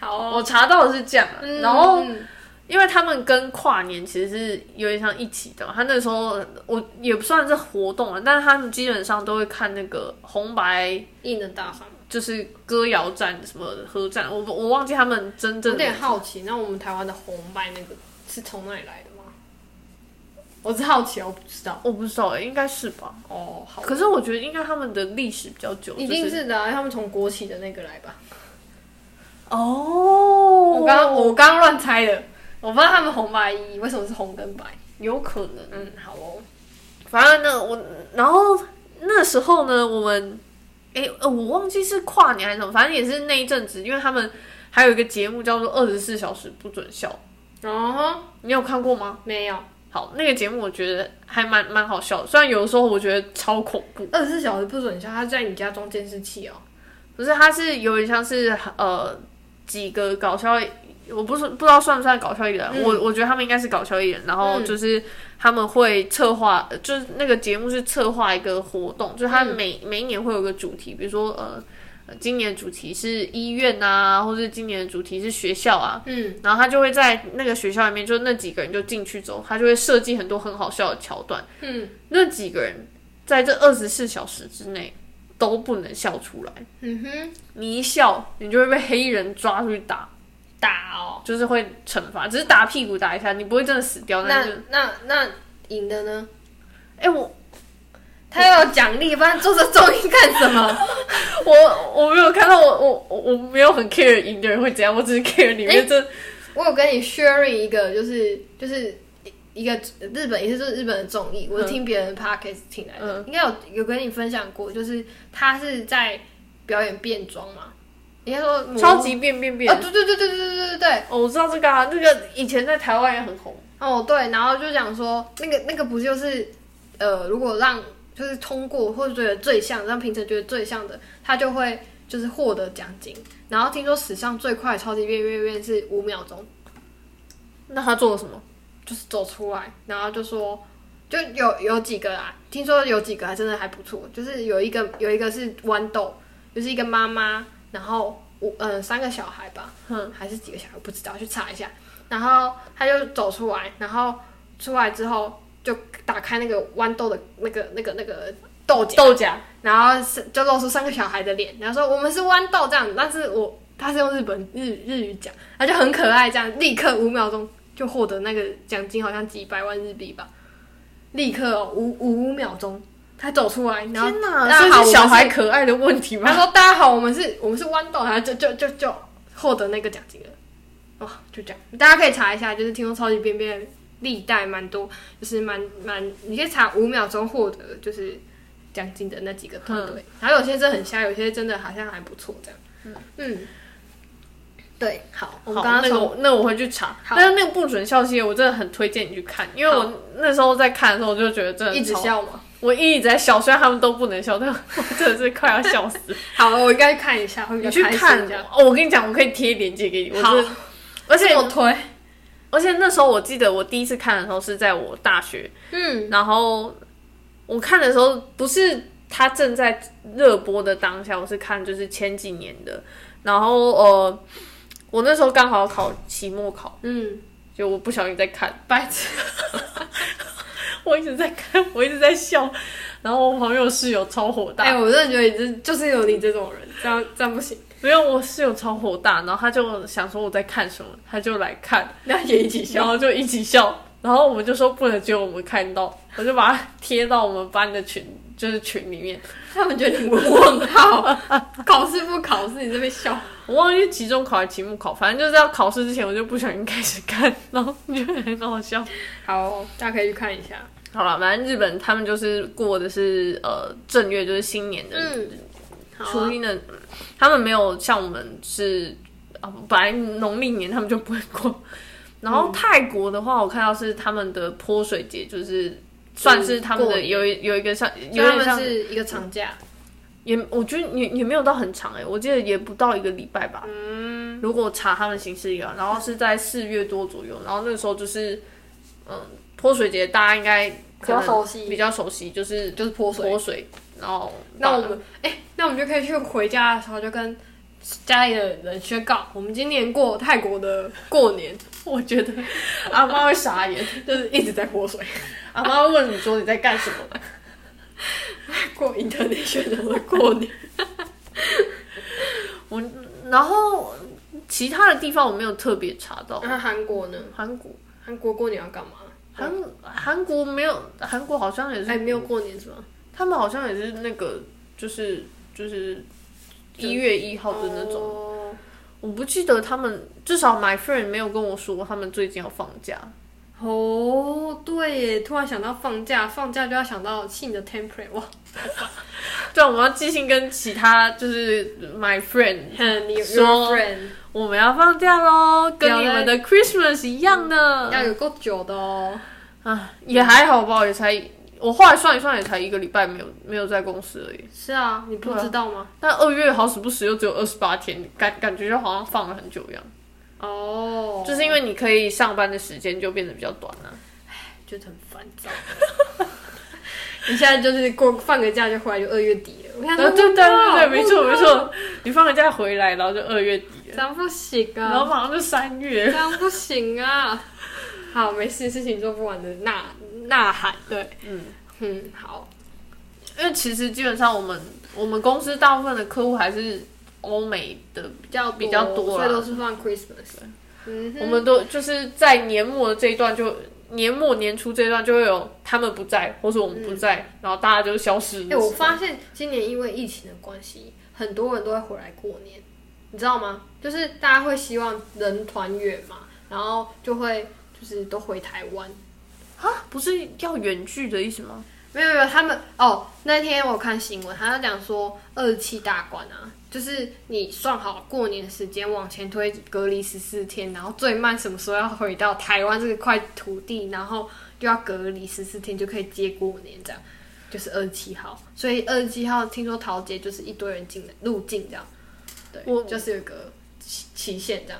[SPEAKER 1] 好 哦，
[SPEAKER 2] 我查到的是这样、啊，
[SPEAKER 1] 嗯
[SPEAKER 2] 然后
[SPEAKER 1] 嗯
[SPEAKER 2] 因为他们跟跨年其实是有点像一起的嘛，他那时候我也不算是活动啊，但是他们基本上都会看那个红白，
[SPEAKER 1] 艺能大赏，
[SPEAKER 2] 就是歌谣战什么合战，我我忘记他们真
[SPEAKER 1] 有
[SPEAKER 2] 正的
[SPEAKER 1] 点好奇，那我们台湾的红白那个是从哪里来的吗？我是好奇，我不知道。
[SPEAKER 2] 我不知道、欸，应该是吧。
[SPEAKER 1] 哦，好，
[SPEAKER 2] 可是我觉得应该他们的历史比较久，
[SPEAKER 1] 一
[SPEAKER 2] 就
[SPEAKER 1] 定
[SPEAKER 2] 是
[SPEAKER 1] 是的啊、他们从国企的那个来吧。
[SPEAKER 2] 哦，
[SPEAKER 1] 我刚我刚刚乱猜的，我不知道他们红白衣为什么是红跟白。
[SPEAKER 2] 有可能，
[SPEAKER 1] 嗯，好哦，
[SPEAKER 2] 反正呢，我然后那时候呢，我们哎、呃我忘记是跨年还是什么，反正也是那一阵子，因为他们还有一个节目叫做《二十四小时不准笑》，
[SPEAKER 1] 哦，
[SPEAKER 2] 你有看过吗？
[SPEAKER 1] 没有，
[SPEAKER 2] 好，那个节目我觉得还蛮蛮好笑的，虽然有的时候我觉得超恐怖，
[SPEAKER 1] 二十四小时不准笑，他在你家装监视器哦。
[SPEAKER 2] 不是它是有点像是呃几个搞笑。我不是不知道算不算搞笑艺人，啊
[SPEAKER 1] 嗯
[SPEAKER 2] 我我觉得他们应该是搞笑艺人，然后
[SPEAKER 1] 嗯
[SPEAKER 2] 就是他们会策划，呃就是那个节目是策划一个活动，就是他
[SPEAKER 1] 嗯
[SPEAKER 2] 每、每一年会有个主题，比如说呃，呃今年的主题是医院啊，或是今年的主题是学校啊，
[SPEAKER 1] 嗯，
[SPEAKER 2] 然后他就会在那个学校里面，就那几个人就进去之后，他就会设计很多很好笑的桥段。嗯，那几个人在这二十四小时之内都不能笑出来，
[SPEAKER 1] 嗯哼，
[SPEAKER 2] 你一笑，你就会被黑人抓出去打，
[SPEAKER 1] 打哦。
[SPEAKER 2] 就是会惩罚，只是打屁股打一下，你不会真的死掉。
[SPEAKER 1] 那
[SPEAKER 2] 但是，
[SPEAKER 1] 那那赢的呢？
[SPEAKER 2] 哎、我
[SPEAKER 1] 他要有奖励，不然做这综艺干什么？
[SPEAKER 2] 我我没有看到我我我我没有很 care 赢的人会怎样，我只是 care 里面这、
[SPEAKER 1] 我有跟你 sharing 一个，就是就是一个日本，也是就是日本的综艺，我是听别人的 podcast 听来的，应该有有跟你分享过，就是他是在表演变装嘛，应该说模
[SPEAKER 2] 呃超级变变变。
[SPEAKER 1] 啊，对对对对对对对对，
[SPEAKER 2] 哦，我知道这个啊，那个以前在台湾也很红。
[SPEAKER 1] 哦对，然后就讲说那个那个不就是呃，如果让就是通过或者觉得最像让评审觉得最像的，他就会就是获得奖金。然后听说史上最快的超级变变变是五秒钟，
[SPEAKER 2] 那他做了什么？
[SPEAKER 1] 就是走出来，然后就说。就有有几个啊，听说有几个还真的还不错，就是有一个有一个是豌豆，就是一个妈妈，然后五嗯、呃、三个小孩吧，
[SPEAKER 2] 哼
[SPEAKER 1] 还是几个小孩不知道，去查一下。然后他就走出来，然后出来之后就打开那个豌豆的那个那个那个豆荚，
[SPEAKER 2] 豆荚。
[SPEAKER 1] 然后是就露出三个小孩的脸，然后说我们是豌豆这样，但是我他是用日本日日语讲，他就很可爱这样，立刻五秒钟就获得那个奖金，好像几百万日币吧，立刻哦五五五秒钟他走出来，然后
[SPEAKER 2] 天
[SPEAKER 1] 大
[SPEAKER 2] 哪，
[SPEAKER 1] 家
[SPEAKER 2] 这
[SPEAKER 1] 好，我们
[SPEAKER 2] 是小孩可爱的问题
[SPEAKER 1] 他
[SPEAKER 2] 吗？
[SPEAKER 1] 说大家好，我们是我们是豌豆，然后就就就就获得那个奖金了，哇，就这样，大家可以查一下，就是听说超级变变历代蛮多，就是蛮蛮，你可以查五秒钟获得就是奖金的那几个团队，然后有些真的很瞎，有些真的好像还不错这样，嗯，对，好，我
[SPEAKER 2] 我
[SPEAKER 1] 们
[SPEAKER 2] 刚
[SPEAKER 1] 刚刚
[SPEAKER 2] 刚那个
[SPEAKER 1] 从
[SPEAKER 2] 我那我会去查，
[SPEAKER 1] 好
[SPEAKER 2] 但是那个不准笑系列我真的很推荐你去看，因为
[SPEAKER 1] 好
[SPEAKER 2] 我那时候在看的时候我就觉得真的
[SPEAKER 1] 一直
[SPEAKER 2] 超，
[SPEAKER 1] 笑嘛，
[SPEAKER 2] 我一直在笑，虽然他们都不能笑，但我 真的是快要笑死。
[SPEAKER 1] 好，我应该去看一下，会比较
[SPEAKER 2] 你 去
[SPEAKER 1] 开
[SPEAKER 2] 看
[SPEAKER 1] 心这样，
[SPEAKER 2] 哦，我跟你讲，我可以贴链接给你，我
[SPEAKER 1] 好
[SPEAKER 2] 真的，而且
[SPEAKER 1] 这么推，
[SPEAKER 2] 而且那时候我记得我第一次看的时候是在我大学，
[SPEAKER 1] 嗯
[SPEAKER 2] 然后我看的时候不是他正在热播的当下，我是看就是前几年的，然后呃，我那时候刚好考期末考，
[SPEAKER 1] 嗯，
[SPEAKER 2] 就我不小心在看，
[SPEAKER 1] 白痴，
[SPEAKER 2] 我一直在看，我一直在笑，然后我旁边我室友超火大，
[SPEAKER 1] 哎、我真的觉得你这就是有你这种人，这样这样不行。
[SPEAKER 2] 没有我室友超火大，然后他就想说我在看什么，他就来看，
[SPEAKER 1] 那也一起
[SPEAKER 2] 然。后就一起笑，然后我们就说不能只有我们看到， 我就把它贴到我们班的群，就是群里面。
[SPEAKER 1] 他们觉得你问问号，考试不考试，你这边笑。
[SPEAKER 2] 我忘记期中考还是期末考，反正就是要考试之前，我就不小心开始看，然后觉得很好笑。
[SPEAKER 1] 好，大家可以去看一下。
[SPEAKER 2] 好了，反正日本他们就是过的是呃正月，就是新年的
[SPEAKER 1] 嗯，好
[SPEAKER 2] 初
[SPEAKER 1] 啊
[SPEAKER 2] 一呢，他们没有像我们是啊，本来农历年他们就不会过。然后泰国的话，我看到是他们的泼水节，就是算是他们
[SPEAKER 1] 过
[SPEAKER 2] 的
[SPEAKER 1] 年
[SPEAKER 2] 有一有一个像
[SPEAKER 1] 所以
[SPEAKER 2] 有
[SPEAKER 1] 他
[SPEAKER 2] 点
[SPEAKER 1] 们
[SPEAKER 2] 像
[SPEAKER 1] 是一个长假，
[SPEAKER 2] 也，我觉得也也没有到很长哎、我记得也不到一个礼拜吧。嗯，如果查他们形式一样，然后是在四月多左右，然后那个时候就是嗯泼水节，大家应该可能
[SPEAKER 1] 比较熟悉
[SPEAKER 2] 比较熟悉，就是
[SPEAKER 1] 嗯就是泼水。
[SPEAKER 2] 泼水。然后
[SPEAKER 1] 那我们哎、那我们就可以去回家的时候就跟家里的人宣告，我们今年过泰国的过年，
[SPEAKER 2] 我觉得阿妈会傻眼。
[SPEAKER 1] 就是一直在泼水，
[SPEAKER 2] 阿妈会问你说你在干什么？
[SPEAKER 1] 过 international 的过年。
[SPEAKER 2] 我然后其他的地方我没有特别查到，
[SPEAKER 1] 那韩国呢？
[SPEAKER 2] 韩国
[SPEAKER 1] 韩国过年要干嘛？
[SPEAKER 2] 韩韩国没有，韩国好像也是，
[SPEAKER 1] 哎，没有过年是吗？
[SPEAKER 2] 他们好像也是那个就是就是一月一号的那种，
[SPEAKER 1] 种。
[SPEAKER 2] 我不记得他们至少 my friend 没有跟我说他们最近要放假，
[SPEAKER 1] 哦，对耶，突然想到放假，放假就要想到性的 temperate，哇，
[SPEAKER 2] 对，我们要寄信跟其他就是 my friend，
[SPEAKER 1] 你有
[SPEAKER 2] 说
[SPEAKER 1] friend
[SPEAKER 2] 我们要放假喽，跟
[SPEAKER 1] 表
[SPEAKER 2] 你
[SPEAKER 1] 达
[SPEAKER 2] 们的 Christmas 一样呢。
[SPEAKER 1] 要有够久的哦。
[SPEAKER 2] 啊，也还好吧，也才我后来算一算，也才一个礼拜没有没有在公司而已。
[SPEAKER 1] 是啊，你不知道吗？
[SPEAKER 2] 但二月好死不死又只有二十八天，感感觉就好像放了很久一样。
[SPEAKER 1] 哦，
[SPEAKER 2] 就是因为你可以上班的时间就变得比较短啊了、
[SPEAKER 1] 觉得很烦躁。 你现在就是过放个假就回来就二月底了，我看
[SPEAKER 2] 啊对对对对，没错没，错，你放个假回来，然后就二月底了，
[SPEAKER 1] 这样不行
[SPEAKER 2] 然后
[SPEAKER 1] 啊，
[SPEAKER 2] 马上就三
[SPEAKER 1] 这
[SPEAKER 2] 月。
[SPEAKER 1] 样不行啊。 好，没事，事情做不完的呐呐喊，对，
[SPEAKER 2] 嗯，
[SPEAKER 1] 嗯，好，
[SPEAKER 2] 因为其实基本上我们我们公司大部分的客户还是欧美的，
[SPEAKER 1] 比较
[SPEAKER 2] 比较多
[SPEAKER 1] 所
[SPEAKER 2] 啊啦
[SPEAKER 1] 以都是放 Christmas。嗯哼，
[SPEAKER 2] 我们都就是在年末这一段就年末年初这一段就会有他们不在，或是我们不在，然后大家就消失。
[SPEAKER 1] 哎、我发现今年因为疫情的关系，很多人都会回来过年，你知道吗？就是大家会希望人团圆嘛，然后就会就是都回台湾。
[SPEAKER 2] 啊，不是要远距的意思吗？
[SPEAKER 1] 没有没有，他们哦，那天我看新闻，他就讲说二十七大关啊，就是你算好过年时间往前推隔离十四天，然后最慢什么时候要回到台湾这块土地，然后就要隔离十四天就可以接过年这样。就是二十七号，所以二十七号听说桃姐就是一堆人进来入境这样，对，
[SPEAKER 2] 我
[SPEAKER 1] 就是有个期期限这样，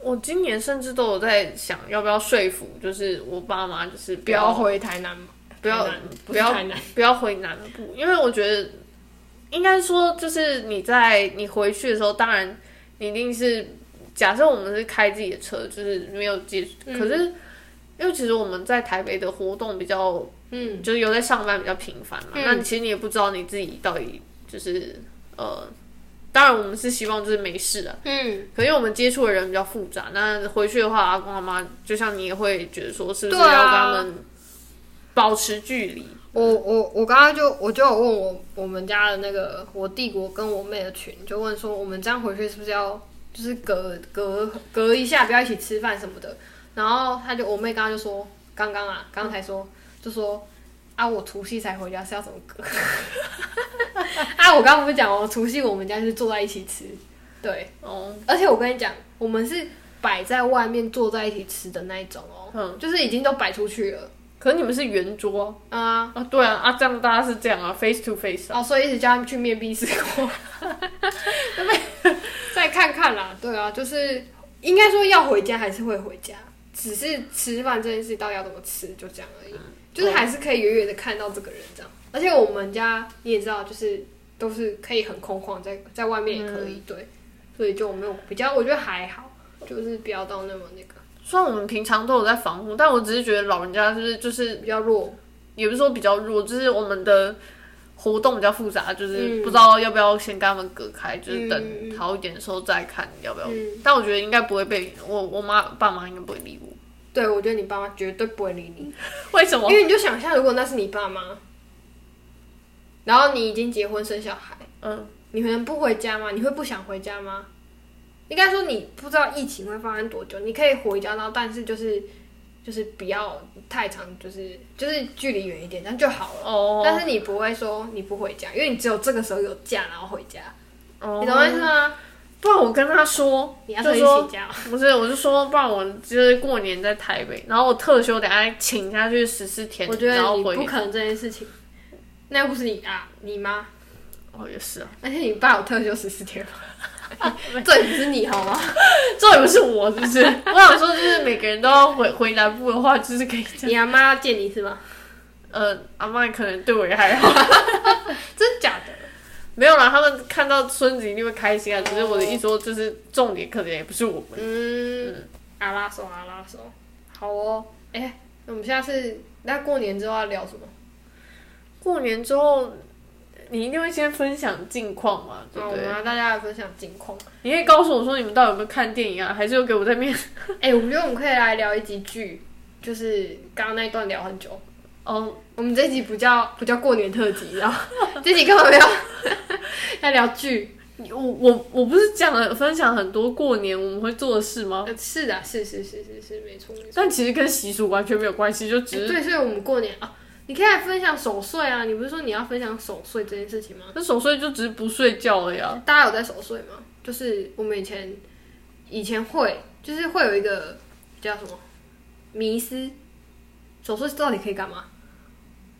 [SPEAKER 2] 我今年甚至都有在想要不要说服，就是我爸妈，就是
[SPEAKER 1] 不
[SPEAKER 2] 不
[SPEAKER 1] 要
[SPEAKER 2] 要
[SPEAKER 1] 回台南嘛，
[SPEAKER 2] 不要
[SPEAKER 1] 台南
[SPEAKER 2] 不要
[SPEAKER 1] 是台南，
[SPEAKER 2] 不要回南部，因为我觉得应该说，就是你在你回去的时候，当然你一定是假设我们是开自己的车，就是没有接，可是因为其实我们在台北的活动比较，
[SPEAKER 1] 嗯，
[SPEAKER 2] 就是有在上班比较频繁嘛，
[SPEAKER 1] 嗯
[SPEAKER 2] 那你其实你也不知道你自己到底就是呃，当然我们是希望就是没事啊，
[SPEAKER 1] 嗯，
[SPEAKER 2] 可因为我们接触的人比较复杂，那回去的话，阿公阿妈就像你也会觉得说，是不是
[SPEAKER 1] 对
[SPEAKER 2] 要
[SPEAKER 1] 啊
[SPEAKER 2] 跟他们保持距离？
[SPEAKER 1] 我我我刚刚就我就有问我我们家的那个我弟我跟我妹的群，就问说我们这样回去是不是要就是隔隔隔一下，不要一起吃饭什么的。然后他就我妹刚刚就说，刚刚啊，刚才说就说啊，我除夕才回家是要怎么隔？ 啊，我刚刚不是讲哦，除夕我们家就是坐在一起吃，对，
[SPEAKER 2] 哦，
[SPEAKER 1] 而且我跟你讲，我们是摆在外面坐在一起吃的那一种哦，
[SPEAKER 2] 嗯
[SPEAKER 1] 就是已经都摆出去了
[SPEAKER 2] 可是你们是圆桌
[SPEAKER 1] 啊。
[SPEAKER 2] 啊？对啊，啊，这样大家是这样啊，face to face 啊。
[SPEAKER 1] 哦，所以一直叫他们去面壁思 过，再看看啦。对啊，就是应该说要回家还是会回家，只是吃饭这件事到底要怎么吃，就这样而已。就是还是可以远远的看到这个人这样。而且我们家你也知道，就是都是可以很空旷，在在外面也可以、对，所以就没有比较，我觉得还好，就是不要到那么那个
[SPEAKER 2] 虽然我们平常都有在防护，但我只是觉得老人家就是就是，
[SPEAKER 1] 比较弱。
[SPEAKER 2] 也不是说比较弱，就是我们的活动比较复杂，就是
[SPEAKER 1] 嗯
[SPEAKER 2] 不知道要不要先跟他们隔开，就是
[SPEAKER 1] 嗯
[SPEAKER 2] 等好一点的时候再看要不要。
[SPEAKER 1] 嗯
[SPEAKER 2] 但我觉得应该不会被我我妈爸妈应该不会理我，
[SPEAKER 1] 对，我觉得你爸妈绝对不会理你，
[SPEAKER 2] 为什么？
[SPEAKER 1] 因为你就想象如果那是你爸妈，然后你已经结婚生小孩。
[SPEAKER 2] 嗯，
[SPEAKER 1] 你可能不回家吗？你会不想回家吗？应该说你不知道疫情会发生多久，你可以回家，然后但是就是就是不要太长，就是就是距离远一点，这样就好了。
[SPEAKER 2] 哦，
[SPEAKER 1] 但是你不会说你不回家，因为你只有这个时候有假，然后回家，
[SPEAKER 2] 哦
[SPEAKER 1] 你懂我意思吗？
[SPEAKER 2] 不然我跟他说，
[SPEAKER 1] 你要
[SPEAKER 2] 就
[SPEAKER 1] 说一
[SPEAKER 2] 说
[SPEAKER 1] 起家吗，
[SPEAKER 2] 不是，我就说，不然我就是过年在台北，然后我特休等下请下去十四天，
[SPEAKER 1] 我觉
[SPEAKER 2] 然
[SPEAKER 1] 得
[SPEAKER 2] 后
[SPEAKER 1] 你
[SPEAKER 2] 回
[SPEAKER 1] 不可能这件事情，那又不是你啊，你妈，
[SPEAKER 2] 哦，也是啊，
[SPEAKER 1] 而且你爸有特休十四天吗？ 这也不是你好吗？
[SPEAKER 2] 这也不是我，是不是？我想说，就是每个人都要回回南部的话，就是可以这样。
[SPEAKER 1] 你阿妈要见你是吗？
[SPEAKER 2] 呃，阿妈可能对我也还好，
[SPEAKER 1] 真的假的？
[SPEAKER 2] 没有啦，他们看到孙子一定会开心啊。只是我的意思说，就是重点可能也不是我们。
[SPEAKER 1] 嗯，阿拉手阿拉手，好哦。哎、那我们下次那过年之后要聊什么？
[SPEAKER 2] 过年之后，你一定会先分享近况嘛，对
[SPEAKER 1] 那
[SPEAKER 2] 不
[SPEAKER 1] 我们
[SPEAKER 2] 对？
[SPEAKER 1] 要大家来分享近况。
[SPEAKER 2] 你可以告诉我说，你们到底有没有看电影啊？还是又给我在 面？
[SPEAKER 1] 哎、我觉得我们可以来聊一集剧，就是刚刚那一段聊很久。
[SPEAKER 2] 哦，
[SPEAKER 1] 我们这一集不叫不叫过年特辑， 然后这集根本没有 在聊剧。
[SPEAKER 2] 我我我不是讲了分享很多过年我们会做的事吗？
[SPEAKER 1] 呃是的，是是是是是，没错没错。
[SPEAKER 2] 但其实跟习俗完全没有关系，就只
[SPEAKER 1] 哎
[SPEAKER 2] 是
[SPEAKER 1] 对，所以我们过年啊，你可以来分享守岁啊。你不是说你要分享守岁这件事情吗？
[SPEAKER 2] 那守岁就只是不睡觉了呀。
[SPEAKER 1] 大家有在守岁吗？就是我们以前以前会，就是会有一个叫什么迷思，守岁到底可以干嘛？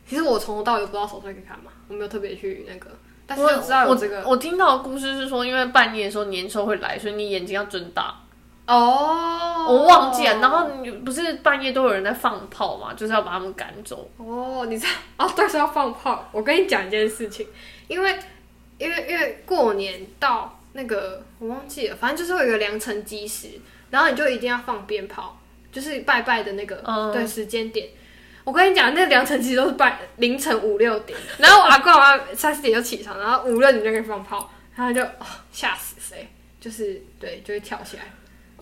[SPEAKER 1] 其实我从头到尾不知道守岁可以干嘛，我没有特别去那个，但是就知道有这个
[SPEAKER 2] 我我听到的故事是说，因为半夜的时候年兽会来，所以你眼睛要睁大。
[SPEAKER 1] 哦，
[SPEAKER 2] 我忘记了，然后你不是半夜都有人在放炮嘛，就是要把他们赶走。
[SPEAKER 1] 哦，你知道哦， 对，是要放炮。我跟你讲一件事情，因为因为因为过年到那个我忘记了，反正就是会有一个良辰吉时，然后你就一定要放鞭炮，就是拜拜的那个、
[SPEAKER 2] 嗯
[SPEAKER 1] 对时间点。我跟你讲，那良辰吉时都是拜凌晨五六点， 然后我阿公阿妈三四点就起床，然后五六点就可以放炮，然后就哦吓死谁，就是对，就会跳起来。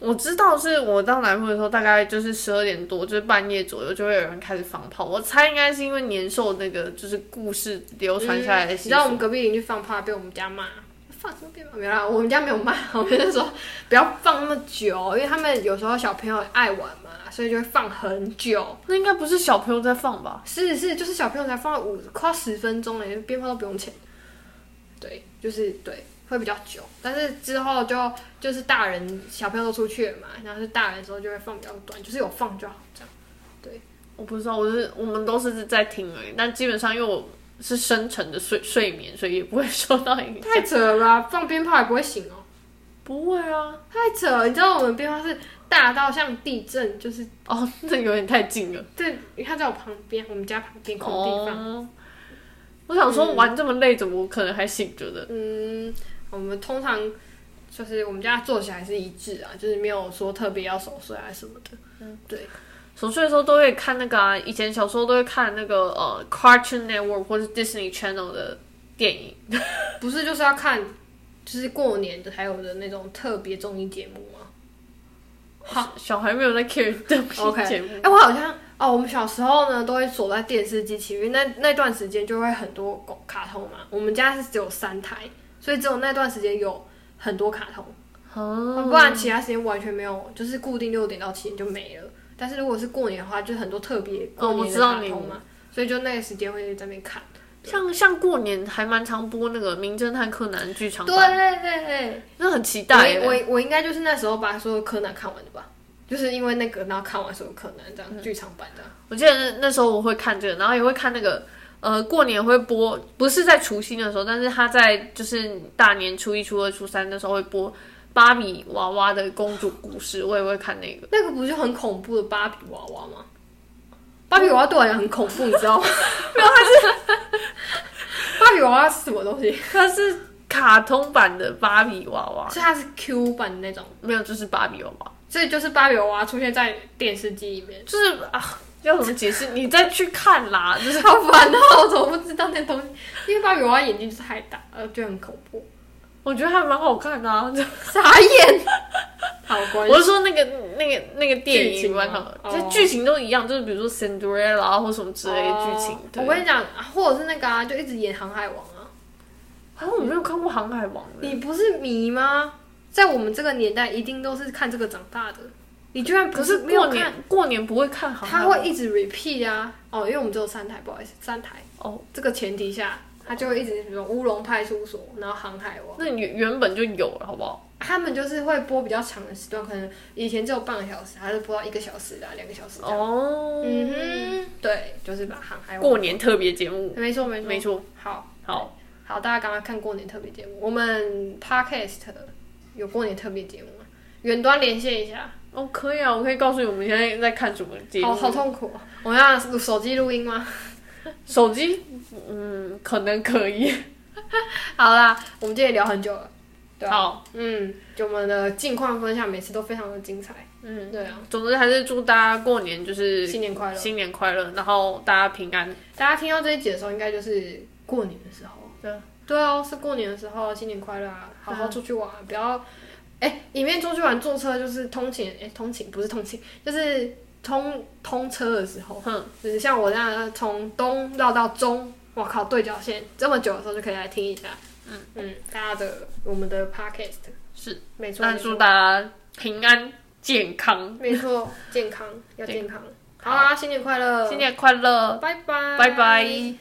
[SPEAKER 2] 我知道是我到南部的时候，大概就是十二点多，就是半夜左右就会有人开始放炮。我猜应该是因为年兽那个就是故事流传下来
[SPEAKER 1] 嗯
[SPEAKER 2] 的
[SPEAKER 1] 你
[SPEAKER 2] 习
[SPEAKER 1] 知
[SPEAKER 2] 俗。
[SPEAKER 1] 道我们隔壁邻居放炮被我们家骂，放什么鞭炮？没有啦，我们家没有骂，我们就说不要放那么久，因为他们有时候小朋友爱玩嘛，所以就会放很久。
[SPEAKER 2] 那应该不是小朋友在放吧？
[SPEAKER 1] 是是，就是小朋友才放了五快十分钟嘞，鞭炮都不用钱。对，就是对，会比较久，但是之后就就是大人小朋友都出去了嘛，然后是大人的时候就会放比较短，就是有放就好这样。
[SPEAKER 2] 我不知道，我是我们都是在听而已。但基本上因为我是深沉的睡睡眠，所以也不会受到影响。
[SPEAKER 1] 太扯了吧，放鞭炮也不会醒哦、
[SPEAKER 2] 不会啊，
[SPEAKER 1] 太扯了，你知道我们鞭炮是大到像地震，就是
[SPEAKER 2] 哦，那有点太近了。
[SPEAKER 1] 对，因为他在我旁边，我们家旁边空地方。
[SPEAKER 2] 哦，我想说玩这么累，怎么可能还醒着的？
[SPEAKER 1] 嗯，我们通常就是我们家作息还是一致啊，就是没有说特别要守岁啊什么的。嗯，对，
[SPEAKER 2] 守岁的时候都会看那个啊，以前小时候都会看那个呃 Cartoon Network 或是 Disney Channel 的电影。
[SPEAKER 1] 不是就是要看，就是过年的还有的那种特别综艺节目啊吗
[SPEAKER 2] 好，小孩没有在 care 这种节目
[SPEAKER 1] 哎、我好像哦，我们小时候呢都会锁在电视机前面，那那段时间就会很多狗卡通嘛。我们家是只有三台，所以只有那段时间有很多卡通。
[SPEAKER 2] 哦
[SPEAKER 1] 不然其他时间完全没有，就是固定六点到七点就没了。但是如果是过年的话，就很多特别过
[SPEAKER 2] 哦我
[SPEAKER 1] 年
[SPEAKER 2] 知
[SPEAKER 1] 的
[SPEAKER 2] 道
[SPEAKER 1] 卡
[SPEAKER 2] 你
[SPEAKER 1] 通嘛，所以就那个时间会在那边看。
[SPEAKER 2] 像像过年还蛮常播那个《名侦探柯南》剧场
[SPEAKER 1] 对
[SPEAKER 2] 版，
[SPEAKER 1] 对对
[SPEAKER 2] 那很期待
[SPEAKER 1] 对，
[SPEAKER 2] 欸。
[SPEAKER 1] 我我我应该就是那时候把所有柯南看完的吧，就是因为那个，然后看完所有柯南这
[SPEAKER 2] 嗯
[SPEAKER 1] 样剧场版的。
[SPEAKER 2] 我记得那那时候我会看这个，然后也会看那个，呃，过年会播，不是在除夕的时候，但是他在就是大年初一、初二、初三的时候会播芭比娃娃的公主故事，我也会看那个。
[SPEAKER 1] 那个不就很恐怖的芭比娃娃吗？芭
[SPEAKER 2] 嗯
[SPEAKER 1] 比娃娃对我来讲很恐怖，你知道吗？ 没有，它是芭比娃娃是什么东西？
[SPEAKER 2] 它是卡通版的芭比娃娃，
[SPEAKER 1] 是它是 Q 版的那种，
[SPEAKER 2] 没有，就是芭比娃娃，
[SPEAKER 1] 所以就是芭比娃娃出现在电视机里面。
[SPEAKER 2] 就是啊，要怎么解释？你再去看啦，就是
[SPEAKER 1] 好烦哦！我怎么不知道那东西？因为芭比娃娃眼睛就是太大，呃，就很恐 怖，
[SPEAKER 2] 我觉得还蛮好看的、啊。
[SPEAKER 1] 傻眼。 好关
[SPEAKER 2] 我是说那个那个那个电
[SPEAKER 1] 剧
[SPEAKER 2] 影
[SPEAKER 1] 情吗
[SPEAKER 2] 蛮好的，
[SPEAKER 1] 哦
[SPEAKER 2] 就剧情都一样，就是比如说 Cinderella 啊或什么之类的剧情。对
[SPEAKER 1] 哦我跟你讲，或者是那个啊，就一直演《航海王》啊。
[SPEAKER 2] 好像我没有看过《航海王》的。欸
[SPEAKER 1] 你不是迷吗？在我们这个年代，一定都是看这个长大的。你居然
[SPEAKER 2] 可
[SPEAKER 1] 不
[SPEAKER 2] 是
[SPEAKER 1] 没有
[SPEAKER 2] 过
[SPEAKER 1] 看，
[SPEAKER 2] 年过年不会看好
[SPEAKER 1] 他会一直 repeat 啊。哦，因为我们只有三台，不好意思，三台。
[SPEAKER 2] 哦，
[SPEAKER 1] 这个前提下，他就会一直什么乌龙派出所，然后航海王，
[SPEAKER 2] 那原原本就有了，好不好？
[SPEAKER 1] 他们就是会播比较长的时段，可能以前只有半个小时，他就播到一个小时啊，两个小时这样。
[SPEAKER 2] 哦，哎
[SPEAKER 1] 嗯哼，对，就是把航海王。
[SPEAKER 2] 过年特别节目，
[SPEAKER 1] 没错没错
[SPEAKER 2] 没错，
[SPEAKER 1] 好
[SPEAKER 2] 好，
[SPEAKER 1] 好，大家刚刚看过年特别节目，我们 podcast 有过年特别节目吗？远端连线一下，
[SPEAKER 2] 哦，可以啊，我可以告诉你我们现在在看什么节目，
[SPEAKER 1] 好好痛苦哦、我们要录手机录音吗？
[SPEAKER 2] 手机，嗯，可能可以，
[SPEAKER 1] 好啦，我们今天也聊很久了，对啊，
[SPEAKER 2] 好，
[SPEAKER 1] 嗯，就我们的近况分享每次都非常的精彩，
[SPEAKER 2] 嗯，
[SPEAKER 1] 对啊，
[SPEAKER 2] 总之还是祝大家过年就是
[SPEAKER 1] 新年快乐！
[SPEAKER 2] 新年快乐，然后大家平安，
[SPEAKER 1] 大家听到这一集的时候，应该就是过年的时候，
[SPEAKER 2] 对，
[SPEAKER 1] 对哦，是过年的时候，新年快乐啊！好好出去玩，不要，哎、里面出去玩坐车就是通勤，哎、通勤不是通勤，就是通通车的时候，
[SPEAKER 2] 哼，
[SPEAKER 1] 就是像我这样从东绕到中，我靠，对角线这么久的时候就可以来听一下，嗯嗯，大家的我们的 podcast
[SPEAKER 2] 是，
[SPEAKER 1] 没错，
[SPEAKER 2] 那
[SPEAKER 1] 没错
[SPEAKER 2] 祝大家平安健康，
[SPEAKER 1] 没错， 啊健康要健康，好啦，新年快乐，
[SPEAKER 2] 新年快乐，
[SPEAKER 1] 拜拜，
[SPEAKER 2] 拜拜。